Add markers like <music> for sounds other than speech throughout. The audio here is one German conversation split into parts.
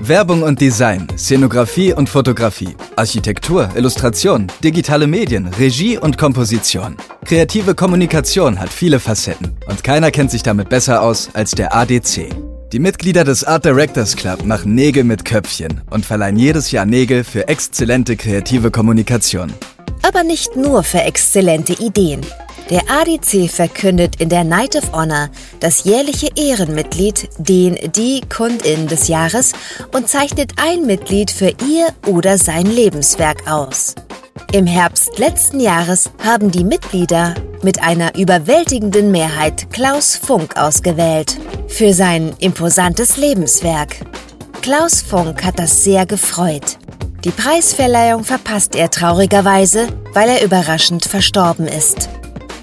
Werbung und Design, Szenografie und Fotografie, Architektur, Illustration, digitale Medien, Regie und Komposition. Kreative Kommunikation hat viele Facetten und keiner kennt sich damit besser aus als der ADC. Die Mitglieder des Art Directors Club machen Nägel mit Köpfchen und verleihen jedes Jahr Nägel für exzellente kreative Kommunikation. Aber nicht nur für exzellente Ideen. Der ADC verkündet in der Night of Honor das jährliche Ehrenmitglied, den die Kundin des Jahres und zeichnet ein Mitglied für ihr oder sein Lebenswerk aus. Im Herbst letzten Jahres haben die Mitglieder mit einer überwältigenden Mehrheit Klaus Funk ausgewählt für sein imposantes Lebenswerk. Klaus Funk hat das sehr gefreut. Die Preisverleihung verpasst er traurigerweise, weil er überraschend verstorben ist.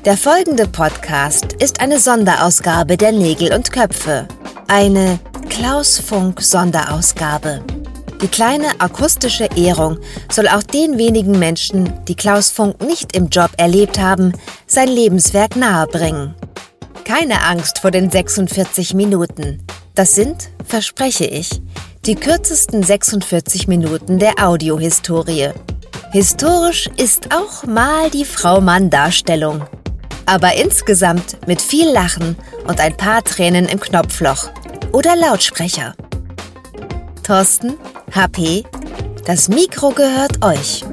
Der folgende Podcast ist eine Sonderausgabe der Nägel und Köpfe. Eine Klaus Funk Sonderausgabe. Die kleine akustische Ehrung soll auch den wenigen Menschen, die Klaus Funk nicht im Job erlebt haben, sein Lebenswerk nahebringen. Keine Angst vor den 46 Minuten. Das sind, verspreche ich, die kürzesten 46 Minuten der Audiohistorie. Historisch ist auch mal die Frau-Mann-Darstellung aber insgesamt mit viel Lachen und ein paar Tränen im Knopfloch oder Lautsprecher. Thorsten, HP, das Mikro gehört euch.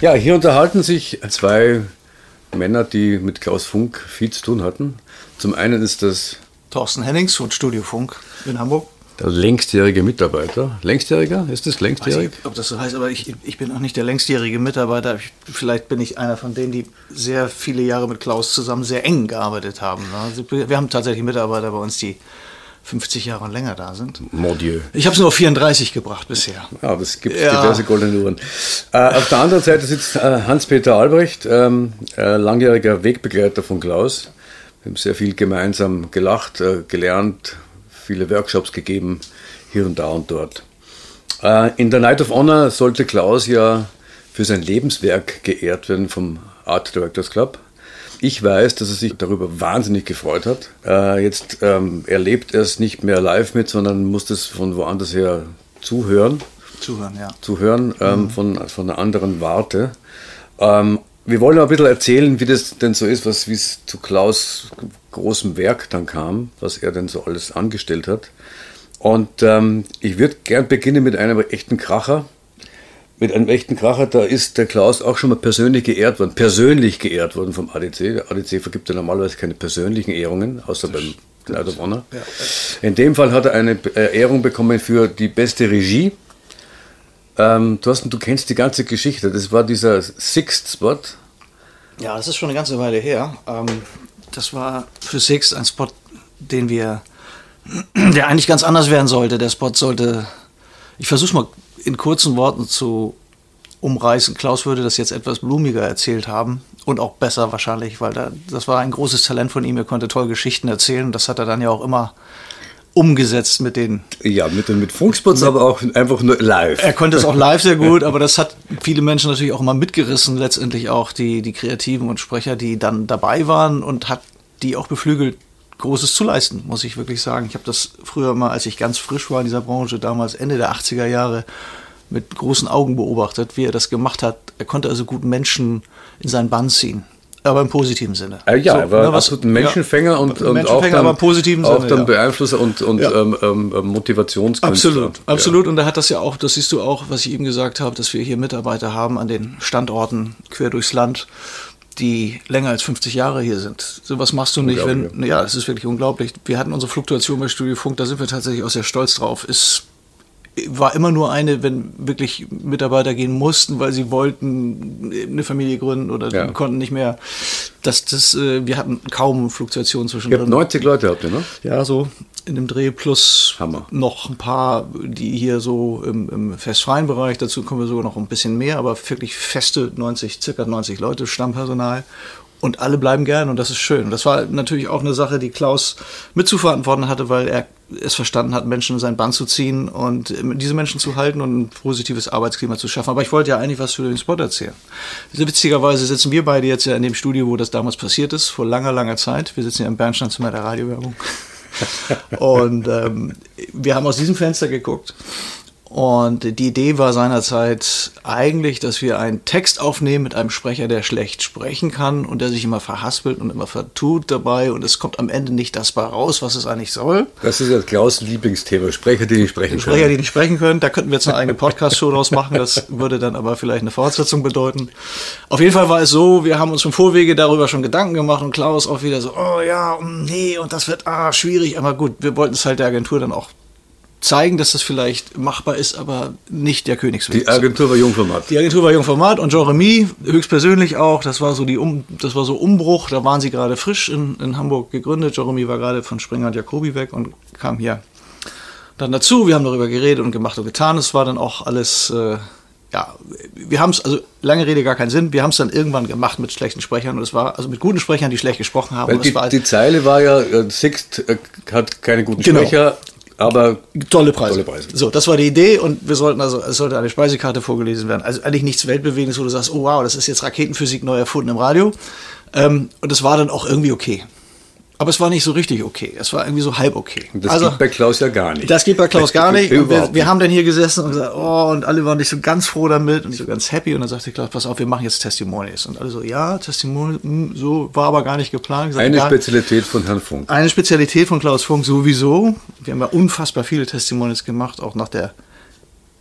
Ja, hier unterhalten sich zwei Männer, die mit Klaus Funk viel zu tun hatten. Zum einen ist das Thorsten Hennings von Studio Funk in Hamburg. Der längstjährige Mitarbeiter. Längstjähriger? Ist das längstjährig? Ich weiß nicht, ob das so heißt, aber ich, ich bin auch nicht der längstjährige Mitarbeiter. Ich, vielleicht bin ich einer von denen, die sehr viele Jahre mit Klaus zusammen sehr eng gearbeitet haben. Ne? Wir haben tatsächlich Mitarbeiter bei uns, die 50 Jahre und länger da sind. Mon Dieu. Ich habe es nur auf 34 gebracht bisher. Ja, aber es gibt ja. diverse goldene Uhren. Äh, auf der anderen Seite sitzt äh, Hans-Peter Albrecht, ähm, äh, langjähriger Wegbegleiter von Klaus. Wir haben sehr viel gemeinsam gelacht, äh, gelernt, viele Workshops gegeben, hier und da und dort. Äh, In der Night of Honor sollte Klaus ja für sein Lebenswerk geehrt werden vom Art Directors Club. Ich weiß, dass er sich darüber wahnsinnig gefreut hat. Jetzt ähm, erlebt er es nicht mehr live mit, sondern muss das von woanders her zuhören. Zuhören, ja. Zuhören ähm, mhm. von, von einer anderen Warte. Ähm, wir wollen ein bisschen erzählen, wie das denn so ist, wie es zu Klaus großem Werk dann kam, was er denn so alles angestellt hat. Und ähm, ich würde gern beginnen mit einem echten Kracher. Mit einem echten Kracher, da ist der Klaus auch schon mal persönlich geehrt worden, persönlich geehrt worden vom ADC. Der ADC vergibt ja normalerweise keine persönlichen Ehrungen, außer beim Night of Honor. Ja. In dem Fall hat er eine äh, Ehrung bekommen für die beste Regie. Ähm, Thorsten, du kennst die ganze Geschichte. Das war dieser Sixth Spot. Ja, das ist schon eine ganze Weile her. Ähm, das war für Sixth ein Spot, den wir, <clears throat> der eigentlich ganz anders werden sollte. Der Spot sollte, ich versuche mal in kurzen Worten zu umreißen. Klaus würde das jetzt etwas blumiger erzählt haben und auch besser wahrscheinlich, weil da, das war ein großes Talent von ihm. Er konnte tolle Geschichten erzählen. Das hat er dann ja auch immer umgesetzt mit den. Ja, mit den mit Funkspots, aber auch einfach nur live. Er konnte es auch live sehr gut, aber das hat viele Menschen natürlich auch immer mitgerissen, letztendlich auch die, die Kreativen und Sprecher, die dann dabei waren und hat die auch beflügelt, Großes zu leisten, muss ich wirklich sagen. Ich habe das früher mal, als ich ganz frisch war in dieser Branche, damals Ende der 80er Jahre, mit großen Augen beobachtet, wie er das gemacht hat. Er konnte also gut Menschen in seinen Bann ziehen. Aber im positiven Sinne. ja, so, er war ne, was, ein Menschenfänger ja, und, und Menschenfänger, auch dann, aber positiven auch Sinne, dann ja. Beeinflusser und, und ja. ähm, ähm, Motivationskünstler. Absolut, absolut. Und da hat das ja auch, das siehst du auch, was ich eben gesagt habe, dass wir hier Mitarbeiter haben an den Standorten quer durchs Land, die länger als 50 Jahre hier sind. Sowas machst du nicht, wenn, ja, es ist wirklich unglaublich. Wir hatten unsere Fluktuation bei Studio Funk, da sind wir tatsächlich auch sehr stolz drauf. Ist war immer nur eine, wenn wirklich Mitarbeiter gehen mussten, weil sie wollten eine Familie gründen oder ja. konnten nicht mehr. Das, das, äh, wir hatten kaum Fluktuationen zwischen. Ihr habt 90 Leute habt ihr, ne? Ja, so in dem Dreh plus Hammer. noch ein paar, die hier so im, im festfreien Bereich, dazu kommen wir sogar noch ein bisschen mehr, aber wirklich feste 90, circa 90 Leute, Stammpersonal. Und alle bleiben gern und das ist schön. Das war natürlich auch eine Sache, die Klaus mitzuverantworten hatte, weil er es verstanden hat, Menschen in seinen Bann zu ziehen und diese Menschen zu halten und ein positives Arbeitsklima zu schaffen. Aber ich wollte ja eigentlich was für den Spot erzählen. Also Witzigerweise sitzen wir beide jetzt ja in dem Studio, wo das damals passiert ist, vor langer, langer Zeit. Wir sitzen ja im Bernsteinzimmer der Radiowerbung. Und ähm, wir haben aus diesem Fenster geguckt. Und die Idee war seinerzeit eigentlich, dass wir einen Text aufnehmen mit einem Sprecher, der schlecht sprechen kann und der sich immer verhaspelt und immer vertut dabei und es kommt am Ende nicht das bei raus, was es eigentlich soll. Das ist ja Klaus Lieblingsthema, Sprecher, die nicht sprechen Sprecher, können. Sprecher, die nicht sprechen können. Da könnten wir jetzt eine eigene Podcast-Show draus machen. Das würde dann aber vielleicht eine Fortsetzung bedeuten. Auf jeden Fall war es so, wir haben uns im Vorwege darüber schon Gedanken gemacht und Klaus auch wieder so, oh ja, nee, und das wird ah, schwierig. Aber gut, wir wollten es halt der Agentur dann auch zeigen, dass das vielleicht machbar ist, aber nicht der Königsweg. Die Agentur war Jungformat. Die Agentur war Jungformat und Jeremy höchstpersönlich auch. Das war so die um, das war so Umbruch. Da waren sie gerade frisch in, in Hamburg gegründet. Jeremy war gerade von Springer und Jacobi weg und kam hier dann dazu. Wir haben darüber geredet und gemacht und getan. Es war dann auch alles. Äh, ja, wir haben es, also lange Rede gar keinen Sinn, wir haben es dann irgendwann gemacht mit schlechten Sprechern und es war, also mit guten Sprechern, die schlecht gesprochen haben. Weil die, war, halt die Zeile war ja, äh, Sixt äh, hat keine guten genau. Sprecher, aber tolle Preise. tolle Preise. So, das war die Idee und wir sollten also, es sollte eine Speisekarte vorgelesen werden. Also eigentlich nichts Weltbewegendes, wo du sagst, oh wow, das ist jetzt Raketenphysik neu erfunden im Radio. Ähm, und das war dann auch irgendwie okay. Aber es war nicht so richtig okay. Es war irgendwie so halb okay. Und das also, geht bei Klaus ja gar nicht. Das geht bei Klaus gar nicht. Wir, wir, haben dann hier gesessen und gesagt, oh, und alle waren nicht so ganz froh damit und nicht so ganz happy. Und dann sagte Klaus, pass auf, wir machen jetzt Testimonies. Und alle so, ja, Testimonies, so war aber gar nicht geplant. Gesagt, eine Spezialität von Herrn Funk. Eine Spezialität von Klaus Funk sowieso. Wir haben ja unfassbar viele Testimonies gemacht, auch nach der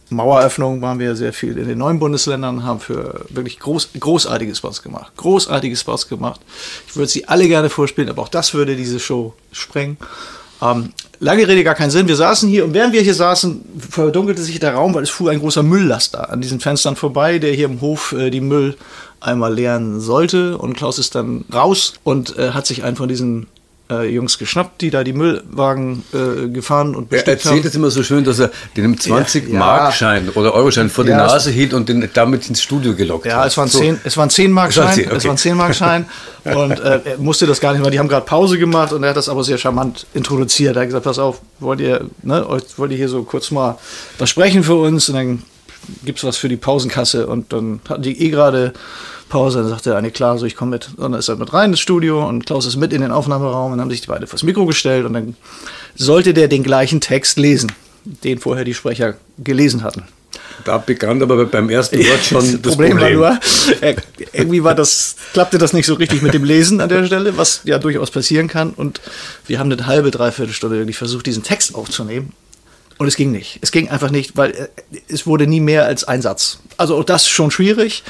Maueröffnung waren wir sehr viel in den neuen Bundesländern, haben für wirklich groß, großartige Spots gemacht. Großartige Spots gemacht. Ich würde sie alle gerne vorspielen, aber auch das würde diese Show sprengen. Ähm, lange Rede, gar keinen Sinn. Wir saßen hier und während wir hier saßen, verdunkelte sich der Raum, weil es fuhr ein großer Mülllaster an diesen Fenstern vorbei, der hier im Hof äh, die Müll einmal leeren sollte. Und Klaus ist dann raus und äh, hat sich einen von diesen äh, Jungs geschnappt, die da die Müllwagen äh, gefahren und bestückt haben. Er erzählt es immer so schön, dass er den 20-Markschein ja, ja. oder Euroschein vor ja, die Nase hielt und den damit ins Studio gelockt ja, hat. Ja, es waren so. zehn, es waren zehn Markschein, es, okay. es waren zehn <laughs> Markschein und äh, er musste das gar nicht mehr. Die haben gerade Pause gemacht und er hat das aber sehr charmant introduziert. Er hat gesagt, pass auf, wollt ihr, ne, wollt ihr hier so kurz mal was sprechen für uns und dann gibt's was für die Pausenkasse und dann hatten die eh gerade Pause. Dann sagte er, nee, klar, so ich komme mit. Und dann ist er mit rein ins Studio und Klaus ist mit in den Aufnahmeraum und haben sich die beide vors Mikro gestellt und dann sollte der den gleichen Text lesen, den vorher die Sprecher gelesen hatten. Da begann aber beim ersten <laughs> Wort schon das, das Problem. Problem. War nur, äh, irgendwie war das, klappte das nicht so richtig mit dem Lesen an der Stelle, was ja durchaus passieren kann. Und wir haben eine halbe, dreiviertel Stunde wirklich versucht, diesen Text aufzunehmen. Und es ging nicht. Es ging einfach nicht, weil äh, es wurde nie mehr als ein Satz. Also auch das schon schwierig.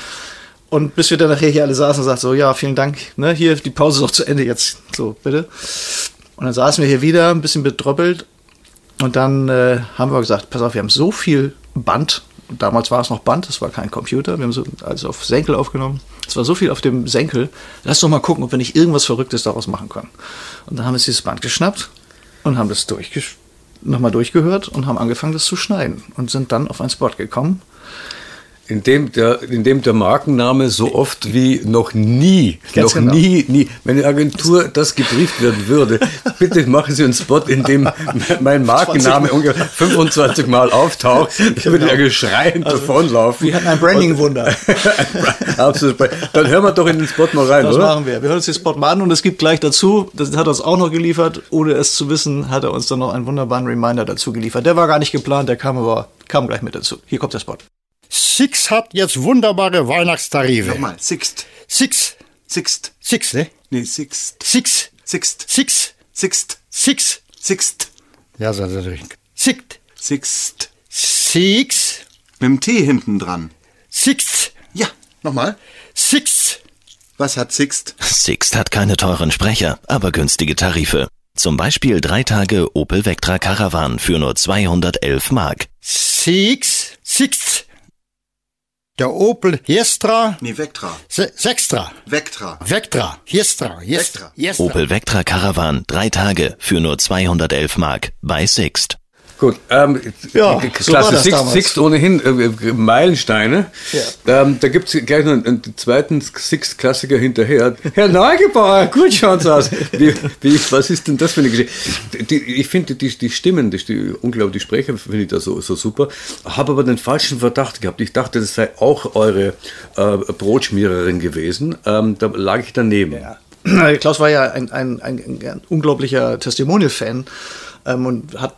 Und bis wir dann nachher hier alle saßen und sagten so, ja, vielen Dank, ne, hier, die Pause ist auch zu Ende jetzt, so, bitte. Und dann saßen wir hier wieder, ein bisschen betröppelt. Und dann äh, haben wir gesagt, pass auf, wir haben so viel Band. Und damals war es noch Band, das war kein Computer. Wir haben so, also auf Senkel aufgenommen. Es war so viel auf dem Senkel. Lass doch mal gucken, ob wir nicht irgendwas Verrücktes daraus machen können. Und dann haben wir dieses Band geschnappt und haben das durchgeschnappt nochmal durchgehört und haben angefangen, das zu schneiden und sind dann auf einen Spot gekommen. In dem, der, in dem der Markenname so oft wie noch nie, Ganz noch genau. nie, nie, wenn die Agentur das gebrieft werden <laughs> würde, bitte machen Sie einen Spot, in dem mein Markenname ungefähr 25 Mal auftaucht, <laughs> ich würde genau. ja geschreiend also, davonlaufen. Wir hatten ein Branding-Wunder. <laughs> Absolut. Dann hören wir doch in den Spot mal rein, das oder? Das machen wir. Wir hören uns den Spot mal an und es gibt gleich dazu, das hat er uns auch noch geliefert, ohne es zu wissen, hat er uns dann noch einen wunderbaren Reminder dazu geliefert. Der war gar nicht geplant, der kam aber, kam gleich mit dazu. Hier kommt der Spot. Six hat jetzt wunderbare Weihnachtstarife. Nochmal, Sixt. Six. Sixt. Six, ne? Nee, Sixt. Six. Sixt. Six. Sixt. Six. Sixt. Ja, so, so, so. Sixt. Sixt. Six. Mit dem T hinten dran. Six. Ja, nochmal. Six. Was hat Sixt? Sixt hat keine teuren Sprecher, aber günstige Tarife. Zum Beispiel drei Tage Opel Vectra Caravan für nur 211 Mark. Six. Six. Der Opel Hiestra. Nee, Vectra. Se Sextra. Vectra. Vectra. Hiestra. Hiestra. Hiestra. Opel Vectra Caravan. Drei Tage für nur 211 Mark bei Sixt. Gut, ähm, ja, Klasse so Sixt, Sixt ohnehin äh, Meilensteine. Ja. Ähm, da gibt's gleich noch einen, einen zweiten Sixt-Klassiker hinterher. Herr Neugebauer, gut schaut's aus. Wie, wie, was ist denn das für eine Geschichte? Die, ich finde die, die Stimmen, die, die unglaublich Sprecher, finde ich da so, so super. Habe aber den falschen Verdacht gehabt. Ich dachte, das sei auch eure äh, Brotschmiererin gewesen. Ähm, da lag ich daneben. Ja. Klaus war ja ein, ein, ein, ein unglaublicher Testimonial-Fan ähm, und hat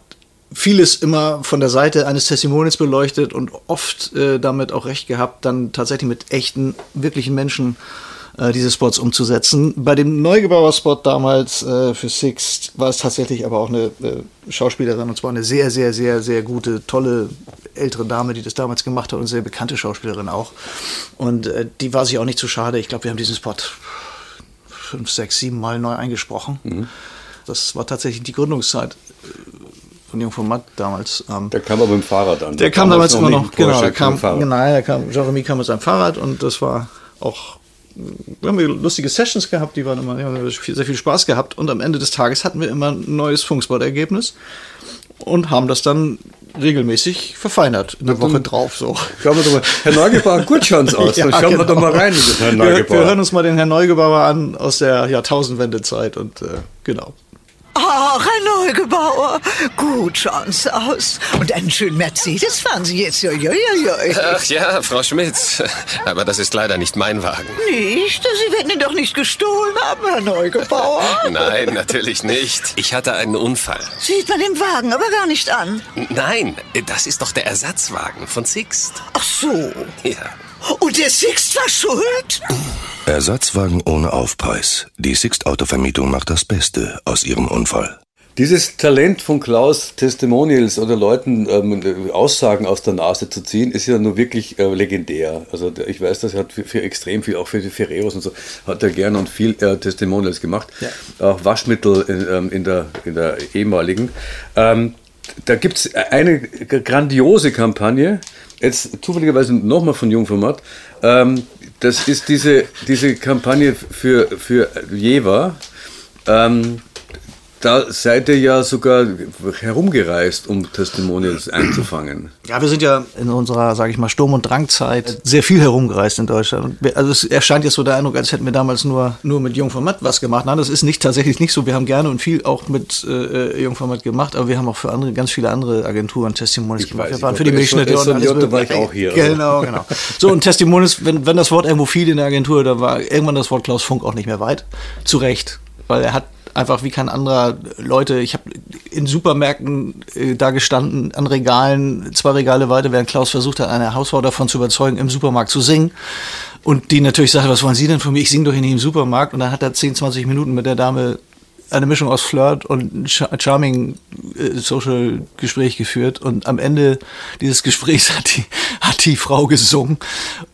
vieles immer von der Seite eines Testimonials beleuchtet und oft äh, damit auch recht gehabt, dann tatsächlich mit echten, wirklichen Menschen äh, diese Spots umzusetzen. Bei dem Neugebauer-Spot damals äh, für Six war es tatsächlich aber auch eine äh, Schauspielerin und zwar eine sehr, sehr, sehr, sehr gute, tolle ältere Dame, die das damals gemacht hat und sehr bekannte Schauspielerin auch. Und äh, die war sich auch nicht zu so schade. Ich glaube, wir haben diesen Spot fünf, sechs, sieben Mal neu eingesprochen. Mhm. Das war tatsächlich die Gründungszeit äh, von Jung von Matt damals. Ähm, der kam aber mit dem Fahrrad an. Der, der kam damals, damals noch immer noch, genau, der kam, genau, der kam, Jeremy kam mit seinem Fahrrad und das war auch, wir haben lustige Sessions gehabt, die waren immer, die haben viel, sehr viel Spaß gehabt und am Ende des Tages hatten wir immer ein neues Funkspot-Ergebnis und haben das dann regelmäßig verfeinert. In der und Woche drauf so. Schauen wir doch mal. Herr Neugebauer, gut schaut's aus. ja, schauen genau. wir doch mal rein in den Herrn Neugebauer. Wir, wir, hören uns mal den Herrn Neugebauer an aus der Jahrtausendwendezeit und äh, genau. Ach, Herr Neugebauer, gut schaut's aus. Und einen schönen Mercedes fahren Sie jetzt. Joi, joi, joi. Ach ja, Frau Schmitz. Aber das ist leider nicht mein Wagen. Nicht? Sie werden ihn doch nicht gestohlen haben, Herr Neugebauer. Nein, natürlich nicht. Ich hatte einen Unfall. Sieht man den Wagen aber gar nicht an. Nein, das ist doch der Ersatzwagen von Sixt. Ach so. Ja. Und der Sixt war schuld? Ersatzwagen ohne Aufpreis. Die Sixt Autovermietung macht das Beste aus ihrem Unfall. Dieses Talent von Klaus, Testimonials oder Leuten ähm, Aussagen aus der Nase zu ziehen, ist ja nur wirklich äh, legendär. Also ich weiß, das hat für, für, extrem viel, auch für die Ferreros und so, hat er gerne und viel äh, Testimonials gemacht. Ja. Auch Waschmittel in, ähm, in, der, in der ehemaligen. Ähm, da gibt es eine grandiose Kampagne, jetzt zufälligerweise nochmal von Jungformat. Ähm, das ist diese, diese Kampagne für, für Jeva. Ähm, da seid ihr ja sogar herumgereist, um Testimonials einzufangen. Ja, wir sind ja in unserer, sage ich mal, Sturm- und Drangzeit sehr viel herumgereist in Deutschland. Also es erscheint jetzt so der Eindruck, als hätten wir damals nur, nur mit Jungformat was gemacht. Nein, das ist nicht tatsächlich nicht so. Wir haben gerne und viel auch mit äh, Jungformat gemacht, aber wir haben auch für andere, ganz viele andere Agenturen Testimonials ich gemacht. Weiß, wir waren für die Milchschnitte und alles. Da war ich auch hier. also Genau, genau. So, und Testimonials, wenn, wenn das Wort irgendwo fiel in der Agentur, da war irgendwann das Wort Klaus Funk auch nicht mehr weit. Zu Recht, weil er hat einfach wie kein anderer Leute. Ich habe in Supermärkten äh, da gestanden, an Regalen, zwei Regale weiter, während Klaus versucht hat, eine Hausfrau davon zu überzeugen, im Supermarkt zu singen. Und die natürlich sagte, was wollen Sie denn von mir? Ich singe doch hier nicht im Supermarkt. Und dann hat er 10, 20 Minuten mit der Dame eine Mischung aus Flirt und Char Charming äh, Social Gespräch geführt und am Ende dieses Gesprächs <laughs> hat die, hat die Frau gesungen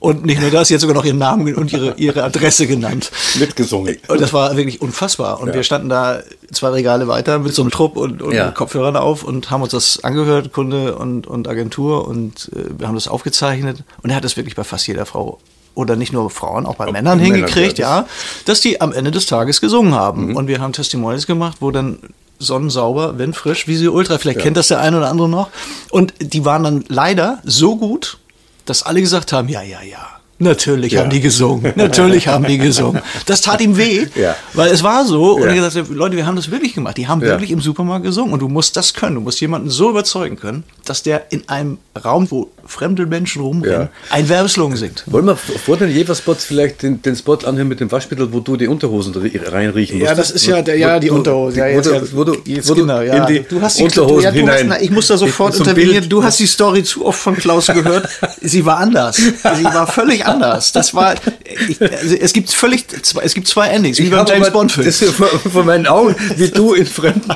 und nicht nur das, sie hat sogar noch ihren Namen und ihre, ihre Adresse genannt. Mitgesungen. Und das war wirklich unfassbar und ja. wir standen da zwei Regale weiter mit so einem Trupp und, und ja. Kopfhörern auf und haben uns das angehört, Kunde und, und Agentur und äh, wir haben das aufgezeichnet und er hat das wirklich bei fast jeder Frau oder nicht nur Frauen, auch bei Ob Männern hingekriegt, Männer, ja, dass die am Ende des Tages gesungen haben. Mhm. Und wir haben Testimonials gemacht, wo dann sonnensauber, windfrisch, Visio Ultra, vielleicht ja. kennt das der eine oder andere noch. Und die waren dann leider so gut, dass alle gesagt haben, ja, ja, ja. Natürlich ja. haben die gesungen. Natürlich haben die gesungen. Das tat ihm weh, <laughs> ja. weil es war so. Und er gesagt, hat, Leute, wir haben das wirklich gemacht. Die haben wirklich im Supermarkt gesungen. Und du musst das können. Du musst jemanden so überzeugen können, dass der in einem Raum, wo fremde Menschen rumrennen, ja. ein Werbeslogan singt. Wollen wir vor den Jever-Spots vielleicht den, den, Spot anhören mit dem Waschmittel, wo du die Unterhosen reinriechen musst? Ja, das ist ja, der, ja die Unterhosen. Ja, jetzt, wo du, jetzt, wo du, genau, ja. in die du hast die Unterhosen ja, hinein. Hast, ich muss da sofort intervenieren. Du hast die Story zu oft von <laughs> Klaus gehört. Sie war anders. Sie war völlig anders. Das war, ich, also es gibt völlig, es gibt zwei Endings, wie beim James Bond-Film. Von meinen Augen, wie du in fremden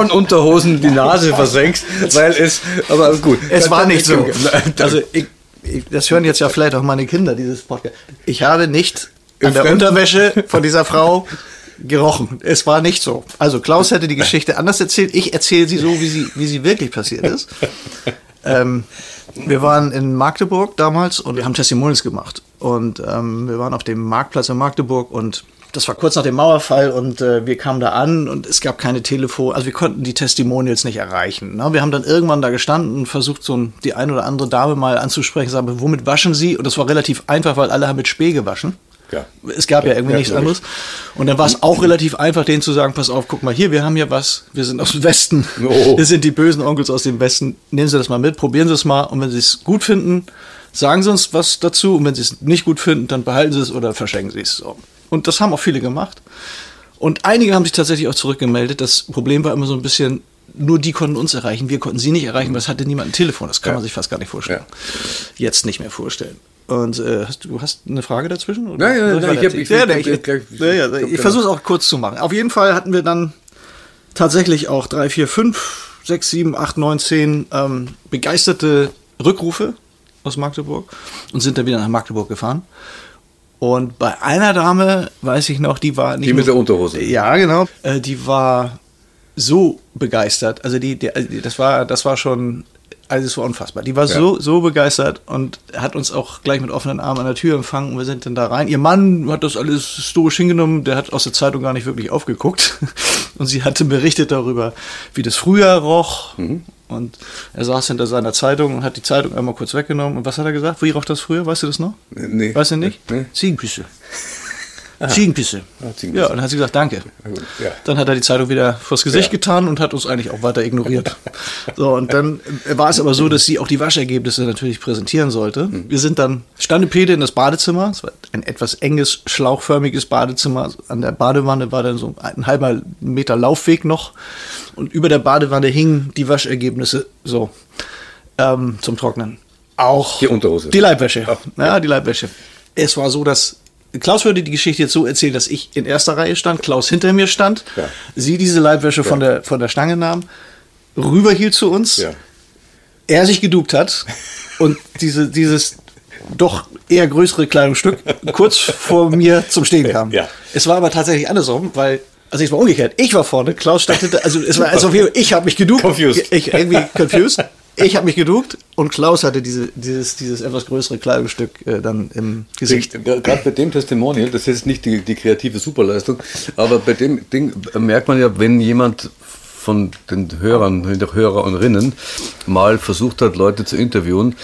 Frauenunterhosen die Nase versenkst, weil es, aber gut. Es war nicht so. <laughs> Also ich, ich, das hören jetzt ja vielleicht auch meine Kinder, dieses Podcast. Ich habe nicht an der Unterwäsche von dieser <laughs> Frau gerochen. Es war nicht so. Also Klaus hätte die Geschichte anders erzählt. Ich erzähle sie so, wie sie, wie sie wirklich passiert <laughs> ist. Ähm, wir waren in Magdeburg damals und wir haben Testimonials gemacht. Und ähm, wir waren auf dem Marktplatz in Magdeburg und das war kurz nach dem Mauerfall und äh, wir kamen da an und es gab keine Telefon, also wir konnten die Testimonials nicht erreichen. Ne? Wir haben dann irgendwann da gestanden und versucht, so ein, die ein oder andere Dame mal anzusprechen, sagen, womit waschen Sie? Und das war relativ einfach, weil alle haben mit Spee gewaschen. Ja. Es gab ja, ja irgendwie ja, nichts anderes. Und dann war es auch relativ einfach, denen zu sagen, pass auf, guck mal hier, wir haben hier was, wir sind aus dem Westen. Oh. Wir sind die bösen Onkels aus dem Westen. Nehmen Sie das mal mit, probieren Sie es mal und wenn Sie es gut finden, sagen Sie uns was dazu und wenn Sie es nicht gut finden, dann behalten Sie es oder verschenken Sie es. So. Und das haben auch viele gemacht. Und einige haben sich tatsächlich auch zurückgemeldet. Das Problem war immer so ein bisschen, nur die konnten uns erreichen, wir konnten sie nicht erreichen, weil es hatte niemand ein Telefon. Das kann man sich fast gar nicht vorstellen. Jetzt nicht mehr vorstellen. Und äh, hast, du hast eine Frage dazwischen? oder? Nein, nein, Soll nein, weiter ich hab- ich- erzählen? Ja, ich- ja, ich- ich- ich- ja, ja, ich- genau- Ich versuche es auch kurz zu machen. Auf jeden Fall hatten wir dann tatsächlich auch drei, vier, fünf, sechs, sieben, acht, neun, zehn ähm, begeisterte Rückrufe aus Magdeburg und sind dann wieder nach Magdeburg gefahren. Und bei einer Dame, weiß ich noch, die war nicht Die mit nur- der Unterhose. Ja, genau. Äh, die war so begeistert. Also die, die, also die- das war, das war schon, also es war unfassbar. Die war so, so begeistert und hat uns auch gleich mit offenen Armen an der Tür empfangen und wir sind dann da rein. Ihr Mann hat das alles stoisch hingenommen, der hat aus der Zeitung gar nicht wirklich aufgeguckt. <laughs> Und sie hatte berichtet darüber, wie das früher roch. Mhm. Und er saß hinter seiner Zeitung und hat die Zeitung einmal kurz weggenommen. Und was hat er gesagt? Wie roch das früher? Weißt du das noch? Nee. Weißt du nicht? Nee. Ah, Ziegenpisse. Ziegenpisse. Ziegenpisse. Ja, und dann hat sie gesagt, danke. gut, ja. Dann hat er die Zeitung wieder vors Gesicht Ja. getan und hat uns eigentlich auch <laughs> weiter ignoriert. so, und dann äh, war es aber so, dass sie auch die Waschergebnisse natürlich präsentieren sollte. Mhm. Wir sind dann Standepede in das Badezimmer. Es war ein etwas enges, schlauchförmiges Badezimmer. An der Badewanne war dann so ein halber Meter Laufweg noch. Und über der Badewanne hingen die Waschergebnisse so ähm, zum Trocknen. Auch Die Unterhose. Die Leibwäsche. Ach, ja. die Leibwäsche. Es war so, dass Klaus würde die Geschichte jetzt so erzählen, dass ich in erster Reihe stand, Klaus hinter mir stand, Ja. sie diese Leibwäsche von, der, von der Stange nahm, rüberhielt zu uns, Ja. er sich gedubt hat und diese, dieses doch eher größere Kleidungsstück kurz vor mir zum Stehen kam. Ja. Es war aber tatsächlich andersrum, weil also es war umgekehrt. Ich war vorne, Klaus stand hinter, also es war also ich habe mich gedubt. Confused. Ich irgendwie confused. Ich habe mich gedubt und Klaus hatte diese, dieses, dieses etwas größere Kleidungsstück äh, dann im Gesicht. Gerade bei dem Testimonial, das ist nicht die, die kreative Superleistung, aber bei dem Ding äh, merkt man ja, wenn jemand von den Hörern, von den Hörer und Rinnen mal versucht hat, Leute zu interviewen,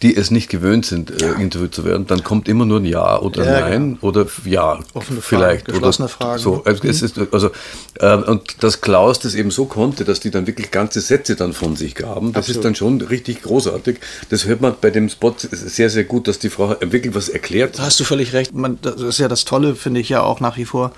die es nicht gewöhnt sind, äh, interviewt zu werden, dann kommt immer nur ein Ja oder Ja, genau. Nein oder Ja, Offene Fragen, vielleicht. geschlossene oder Fragen. So, also es ist, also, äh, und dass Klaus das eben so konnte, dass die dann wirklich ganze Sätze dann von sich gaben, das ist dann schon richtig großartig. Das hört man bei dem Spot sehr, sehr gut, dass die Frau wirklich was erklärt. Da hast du völlig recht. Man, das ist ja das Tolle, finde ich ja auch nach wie vor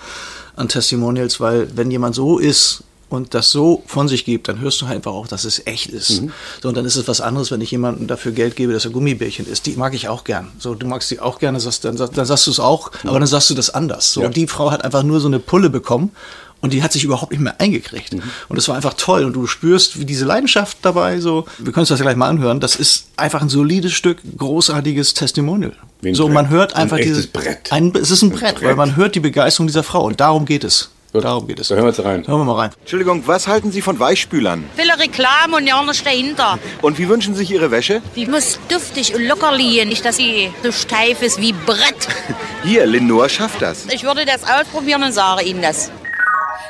an Testimonials, weil wenn jemand so ist und das so von sich gibt, dann hörst du halt einfach auch, dass es echt ist. So, und dann ist es was anderes, wenn ich jemandem dafür Geld gebe, dass er Gummibärchen ist. Die mag ich auch gern. So, du magst die auch gerne, sagst, dann, dann sagst du es auch, aber dann sagst du das anders. So, und die Frau hat einfach nur so eine Pulle bekommen. Und die hat sich überhaupt nicht mehr eingekriegt. Und das war einfach toll. Und du spürst wie diese Leidenschaft dabei. So, wir können uns das ja gleich mal anhören. Das ist einfach ein solides Stück, großartiges Testimonial. Wie ein So, Brett. man hört Ein einfach echtes dieses Brett. Ein, es ist ein Brett, Brett. weil man hört die Begeisterung dieser Frau und darum geht es. Gut, Darum geht es. dann hören wir jetzt rein. Hören wir mal rein. Entschuldigung, was halten Sie von Weichspülern? Viele Reklame und ja nichts dahinter. Und wie wünschen sich Ihre Wäsche? Die muss duftig und locker liegen, nicht dass sie so steif ist wie Brett. <laughs> Hier, Lindor schafft das. Ich würde das ausprobieren und sage Ihnen das.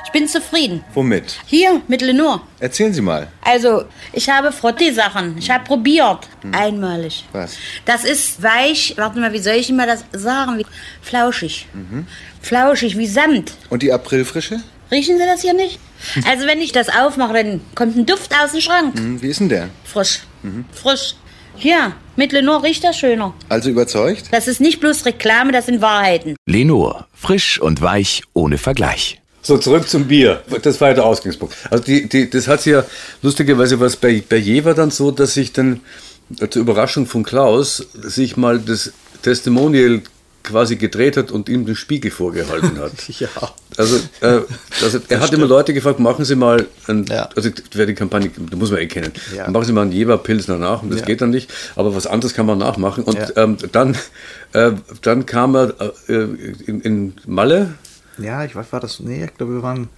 Ich bin zufrieden. Womit? Hier, mit Lenore. Erzählen Sie mal. Also, ich habe Frotti-Sachen. Ich habe probiert. Einmalig. Hm. Was? Das ist weich. Warte mal, wie soll ich immer das sagen? Wie, flauschig. Mhm. Flauschig, wie Samt. Und die Aprilfrische? Riechen Sie das hier nicht? Also, wenn ich das aufmache, dann kommt ein Duft aus dem Schrank. Hm, Wie ist denn der? Mhm. Frisch. Frisch. Ja, mit Lenore riecht das schöner. Also überzeugt? Das ist nicht bloß Reklame, das sind Wahrheiten. Lenor, frisch und weich ohne Vergleich. So, zurück zum Bier. Das war ja der Ausgangspunkt. Also die, die, das hat sie ja lustigerweise was bei, bei Jever dann so, dass sich dann äh, zur Überraschung von Klaus sich mal das Testimonial quasi gedreht hat und ihm den Spiegel vorgehalten hat. <laughs> Ja. Also, äh, also er hat immer Leute gefragt, machen Sie mal, ein, Ja. also wer die Kampagne, da muss man eh kennen, Ja. machen Sie mal einen Jever-Pilsner nach und das Ja. geht dann nicht, aber was anderes kann man nachmachen. Und Ja. ähm, dann, äh, dann kam er äh, in, in Malle, Ja, ich weiß, war das. Nee, ich glaube, wir waren.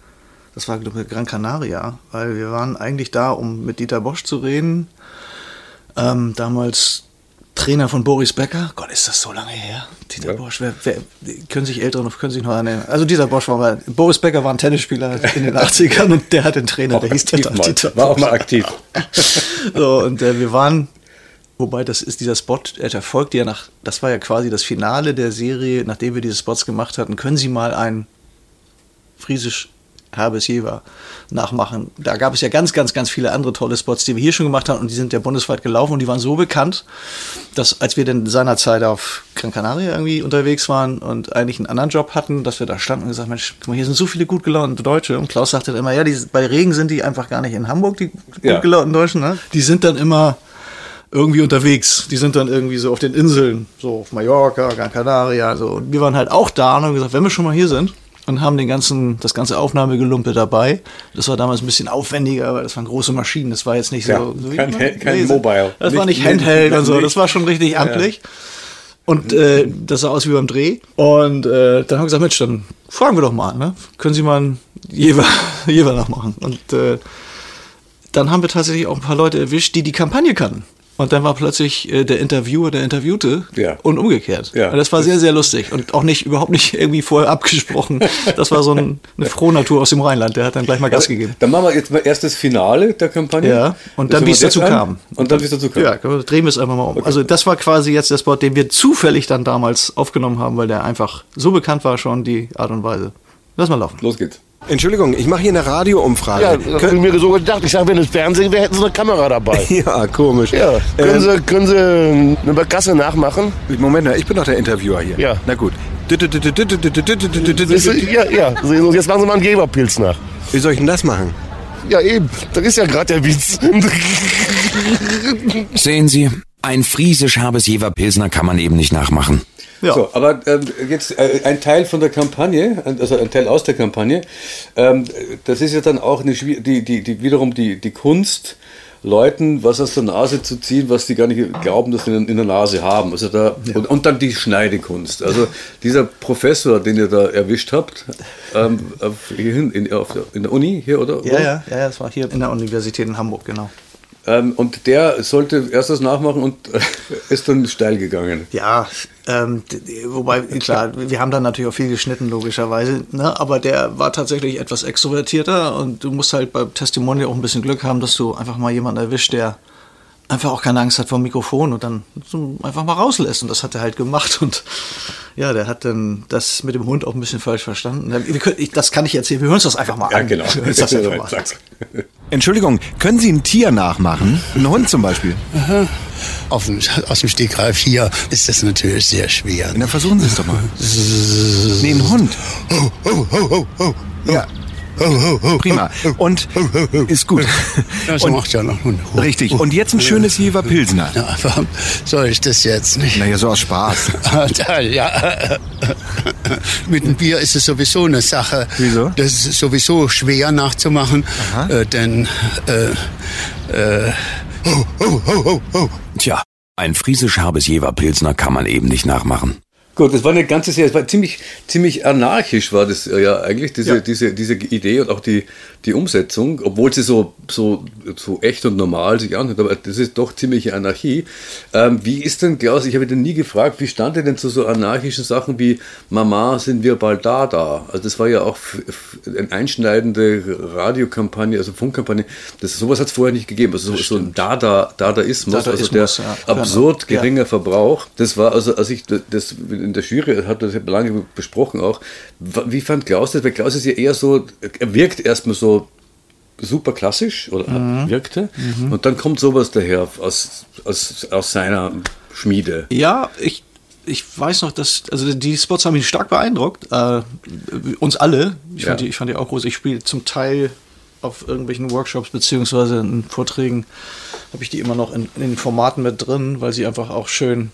Das war, glaube ich, Gran Canaria, weil wir waren eigentlich da, um mit Dieter Bosch zu reden. Ähm, damals Trainer von Boris Becker. Gott, ist das so lange her. Dieter Bosch, wer, wer, können sich Ältere noch, können sich noch erinnern. Also Dieter Bosch war mal, Boris Becker war ein Tennisspieler <laughs> in den 80ern und der hat den Trainer, der hieß aktiv Dieter, mal. Dieter War auch Bosch. mal aktiv. so, und äh, wir waren, wobei das ist dieser Spot, der erfolgte ja nach, das war ja quasi das Finale der Serie, nachdem wir diese Spots gemacht hatten. Können Sie mal einen friesisch Habes Jever nachmachen. Da gab es ja ganz, ganz, ganz viele andere tolle Spots, die wir hier schon gemacht haben und die sind ja bundesweit gelaufen und die waren so bekannt, dass als wir dann seinerzeit auf Gran Canaria irgendwie unterwegs waren und eigentlich einen anderen Job hatten, dass wir da standen und gesagt, Mensch, guck mal, hier sind so viele gut gelaunte Deutsche und Klaus sagte dann immer, ja, die, bei Regen sind die einfach gar nicht in Hamburg, die Ja. gut gelaunten Deutschen, ne? Die sind dann immer irgendwie unterwegs. Die sind dann irgendwie so auf den Inseln, so auf Mallorca, Gran Canaria, so. Und wir waren halt auch da und haben gesagt, wenn wir schon mal hier sind und haben den ganzen, das ganze Aufnahmegelumpe dabei. Das war damals ein bisschen aufwendiger, weil das waren große Maschinen. Das war jetzt nicht so. Ja, so kein- Nee, kein Mobile. Das war Nicht- nicht Handheld nicht- und so. nicht- Das war schon richtig Ja. amtlich. Und äh, das sah aus wie beim Dreh. Und äh, dann haben wir gesagt, Mensch, dann fragen wir doch mal, ne? Können Sie mal einen Jever, <laughs> Jever nachmachen? Und äh, dann haben wir tatsächlich auch ein paar Leute erwischt, die die Kampagne kannten. Und dann war plötzlich äh, der Interviewer der Interviewte Ja. und umgekehrt. Ja. Und das war sehr, sehr lustig und auch nicht überhaupt nicht <laughs> irgendwie vorher abgesprochen. Das war so ein, eine Frohnatur aus dem Rheinland. Der hat dann gleich mal Gas gegeben. Dann machen wir jetzt mal erst das Finale der Kampagne. Ja, und Das dann, wie es hören wir dazu jetzt an. kam. Und dann, wie es dazu kam. Ja, können wir- drehen wir es einfach mal um. Also das war quasi jetzt der Spot, den wir zufällig dann damals aufgenommen haben, weil der einfach so bekannt war schon, die Art und Weise. Lass mal laufen. Los geht's. Entschuldigung, ich mache hier eine Radioumfrage. Ja, das hab ich mir so gedacht. Ich sage, wenn es Fernsehen wäre, hätten sie eine Kamera dabei. <laughs> Ja, komisch. Ja. Können, Ähm, sie, können sie eine Bekasse nachmachen? Moment, mal, ich bin doch der Interviewer hier. Ja. Na gut. Siehst du? Ja, ja. Sehen Sie, Jetzt machen Sie mal einen Geberpilz nach. Wie soll ich denn das machen? Ja, eben. Das ist ja gerade der Witz. <laughs> Sehen Sie, ein friesisch Habesjever Pilsner kann man eben nicht nachmachen. So, aber ähm, jetzt äh, ein Teil von der Kampagne, also ein Teil aus der Kampagne, ähm, das ist ja dann auch eine, schwi- die, die, die, wiederum die, die Kunst, Leuten was aus der Nase zu ziehen, was die gar nicht glauben, dass sie in, in der Nase haben. Also da, und, und dann die Schneidekunst. Also dieser Professor, den ihr da erwischt habt, ähm, auf, hier hin- in, auf, der- in der Uni hier, oder? Ja, ja, ja, das war hier in der Universität in Hamburg, genau. Ähm, und der sollte erst das nachmachen und <laughs> ist dann steil gegangen. Ja, ähm, d- d- wobei, klar, wir haben dann natürlich auch viel geschnitten, logischerweise, ne? aber der war tatsächlich etwas extrovertierter und du musst halt beim Testimonial auch ein bisschen Glück haben, dass du einfach mal jemanden erwischt, der einfach auch keine Angst hat vor dem Mikrofon und dann so einfach mal rauslässt. Und das hat er halt gemacht und ja, der hat dann das mit dem Hund auch ein bisschen falsch verstanden. Wir können, ich, das kann ich erzählen, wir hören uns das einfach mal Ja, an. genau. Wir hören <laughs> uns das einfach mal an. Entschuldigung, können Sie ein Tier nachmachen? Ein Hund zum Beispiel? Auf dem, aus dem Stegreif hier ist das natürlich sehr schwer. Na, versuchen Sie es doch mal. Nee, ein Hund. Ja. Prima. Und ist gut. Das Und- macht ja noch einen Hund. Richtig. Und jetzt ein schönes Jever Pilsner. Ja, warum soll ich das jetzt nicht? Naja, so aus Spaß. Da, <laughs> ja. Mit dem Bier ist es sowieso eine Sache. Wieso? Das ist sowieso schwer nachzumachen, äh, denn äh, äh, Tja, ein friesisch Habesjever Pilsner kann man eben nicht nachmachen. Gut, das war eine ganze Serie. Es war ziemlich, ziemlich anarchisch, war das äh, ja eigentlich, diese, Ja. Diese, diese Idee und auch die, die Umsetzung, obwohl sie so, so, so echt und normal sich anhört, aber das ist doch ziemliche Anarchie. Ähm, wie ist denn, Klaus, ich habe den nie gefragt, wie stand ihr denn zu so anarchischen Sachen wie Mama, sind wir bald da da? Also, das war ja auch f- f- eine einschneidende Radiokampagne, also Funkkampagne. Das, sowas hat es vorher nicht gegeben. Also, so, so ein Dada, Dadaismus, Dadaismus, also ja. genau. der absurd Ja. geringer Verbrauch. Das war also, als ich das in der Jury hatte, das habe ich lange besprochen auch. Wie fand Klaus das? Weil Klaus ist ja eher so, er wirkt erstmal so super klassisch oder Mhm. wirkte. Mhm. Und dann kommt sowas daher aus, aus, aus seiner Schmiede. Ja, ich, ich weiß noch, dass also die Spots haben mich stark beeindruckt. Äh, uns alle. Ich, fand Ja. die, ich fand die auch groß. Ich spiele zum Teil auf irgendwelchen Workshops beziehungsweise in Vorträgen habe ich die immer noch in, in den Formaten mit drin, weil sie einfach auch schön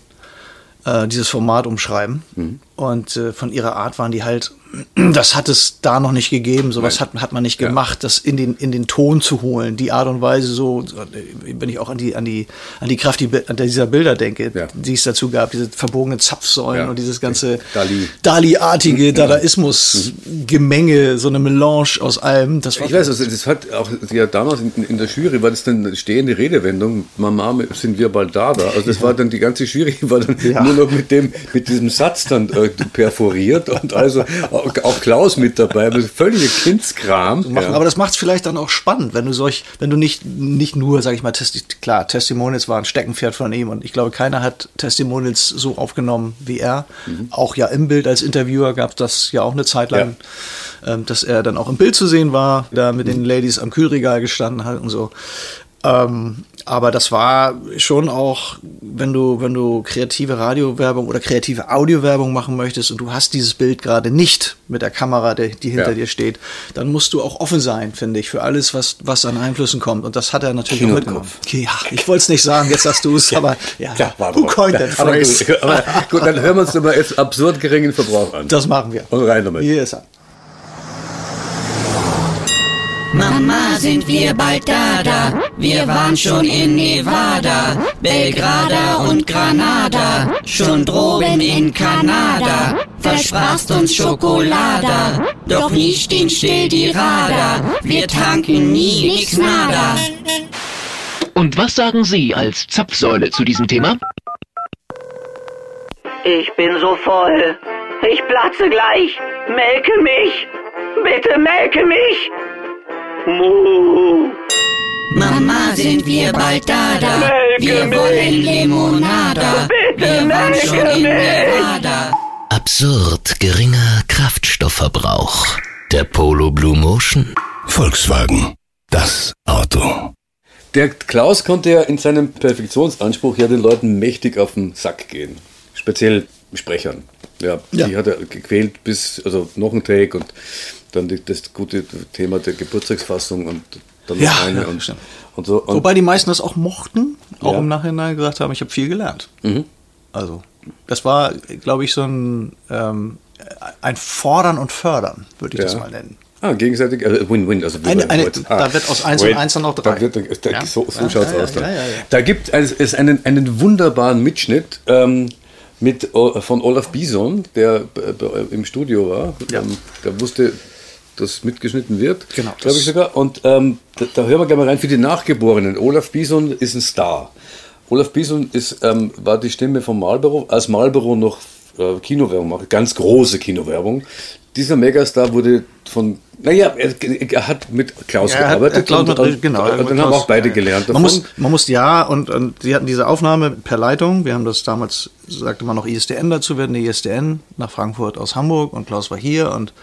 äh, dieses Format umschreiben. Mhm. Und äh, von ihrer Art waren die halt, <clears throat> das hat es da noch nicht gegeben, sowas hat, hat man nicht gemacht, das in den, in den Ton zu holen, die Art und Weise so, so, äh, wenn ich auch an die, an die, an die Kraft die, Bi- an dieser Bilder denke, die es dazu gab, diese verbogenen Zapfsäulen Ja. und dieses ganze Dali. Mhm. Dali-artige Dadaismus-Gemenge, so eine Melange aus allem. Das war Ich weiß, also das hat auch ja damals in, in der Jury war das dann eine stehende Redewendung. Mama, sind wir bald da da. Also das war dann die ganze Jury <laughs> war dann nur noch mit dem mit diesem Satz dann äh, perforiert und also auch, auch Klaus mit dabei, also völliger Kindskram. machen. Aber das macht es vielleicht dann auch spannend, wenn du solch, wenn du nicht, nicht nur, sag ich mal, Testi klar, Testimonials war ein Steckenpferd von ihm und ich glaube, keiner hat Testimonials so aufgenommen wie er. Auch ja im Bild als Interviewer gab es das ja auch eine Zeit lang. ähm, dass er dann auch im Bild zu sehen war, da mit den Ladies am Kühlregal gestanden hat und so. Ähm, aber das war schon auch, wenn du, wenn du kreative Radiowerbung oder kreative Audiowerbung machen möchtest und du hast dieses Bild gerade nicht mit der Kamera, der, die hinter Ja. dir steht, dann musst du auch offen sein, finde ich, für alles, was, was an Einflüssen kommt. Und das hat er natürlich auch Kino im mitgenommen. Okay, ja, ich wollte es nicht sagen, jetzt <laughs> hast du es, aber ja, who drauf. coined that aber, phrase? gut, <laughs> aber gut, dann hören wir uns nochmal jetzt absurd geringen Verbrauch an. Das machen wir. Und rein damit. Hier ist er. Mama, sind wir bald da, da. Wir waren schon in Nevada, Belgrada und Granada. Schon droben in Kanada. Versprachst uns Schokolade, doch nie stehen still die Radar. Wir tanken nie nix nada. Und was sagen Sie als Zapfsäule zu diesem Thema? Ich bin so voll. Ich platze gleich. Melke mich. Bitte melke mich. Mu. Mama, sind wir bald da, da. Wir wollen Limonada. Wir waren schon in Nevada. Absurd geringer Kraftstoffverbrauch. Der Polo Blue Motion. Volkswagen. Das Auto. Der Klaus konnte ja in seinem Perfektionsanspruch ja den Leuten mächtig auf den Sack gehen. Speziell Sprechern. Ja, Ja. die hat er gequält bis, also noch ein Take und dann die, das gute Thema der Geburtstagsfassung und dann noch Ja, eine ja, und, und so. Und Wobei die meisten das auch mochten, auch Ja. im Nachhinein gesagt haben, ich habe viel gelernt. Mhm. Also, das war, glaube ich, so ein, ähm, ein Fordern und Fördern, würde ich das Ja. mal nennen. Ah, gegenseitig, also Win-Win. Also wie Eine- bei eine- heute. da wird aus eins und eins dann noch drei. Da wird, da, Ja. So, so Ja, schaut's ja, aus ja, dann. ja, ja. Da gibt es, es einen, einen wunderbaren Mitschnitt ähm, mit, O- von Olaf Bison, der äh, bei- im Studio war. Ähm, der wusste, dass mitgeschnitten wird. Genau. Glaube ich sogar. Und ähm, da, da hören wir gerne mal rein für die Nachgeborenen. Olaf Bison ist ein Star. Olaf Bison ist, ähm, war die Stimme von Marlboro, als Marlboro noch äh, Kinowerbung macht, ganz große Kinowerbung. Dieser Megastar wurde von, naja, er, er hat mit Klaus Ja, er hat- er gearbeitet. Cloud und, Madrid, und, genau. Und dann haben Cloud- auch beide ja, ja. gelernt. Man muss, man muss, ja, und, und die hatten diese Aufnahme per Leitung. Wir haben das damals, sagte man noch ISDN dazu, wir hatten eine ISDN nach Frankfurt aus Hamburg und Klaus war hier und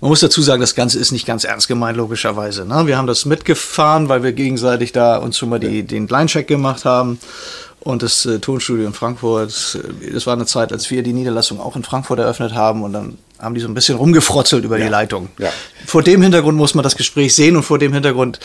man muss dazu sagen, das Ganze ist nicht ganz ernst gemeint, logischerweise. Ne? Wir haben das mitgefahren, weil wir gegenseitig da uns schon mal die, den Line-Check gemacht haben. Und das äh, Tonstudio in Frankfurt, äh, das war eine Zeit, als wir die Niederlassung auch in Frankfurt eröffnet haben. Und dann haben die so ein bisschen rumgefrotzelt über die Leitung. Vor dem Hintergrund muss man das Gespräch sehen und vor dem Hintergrund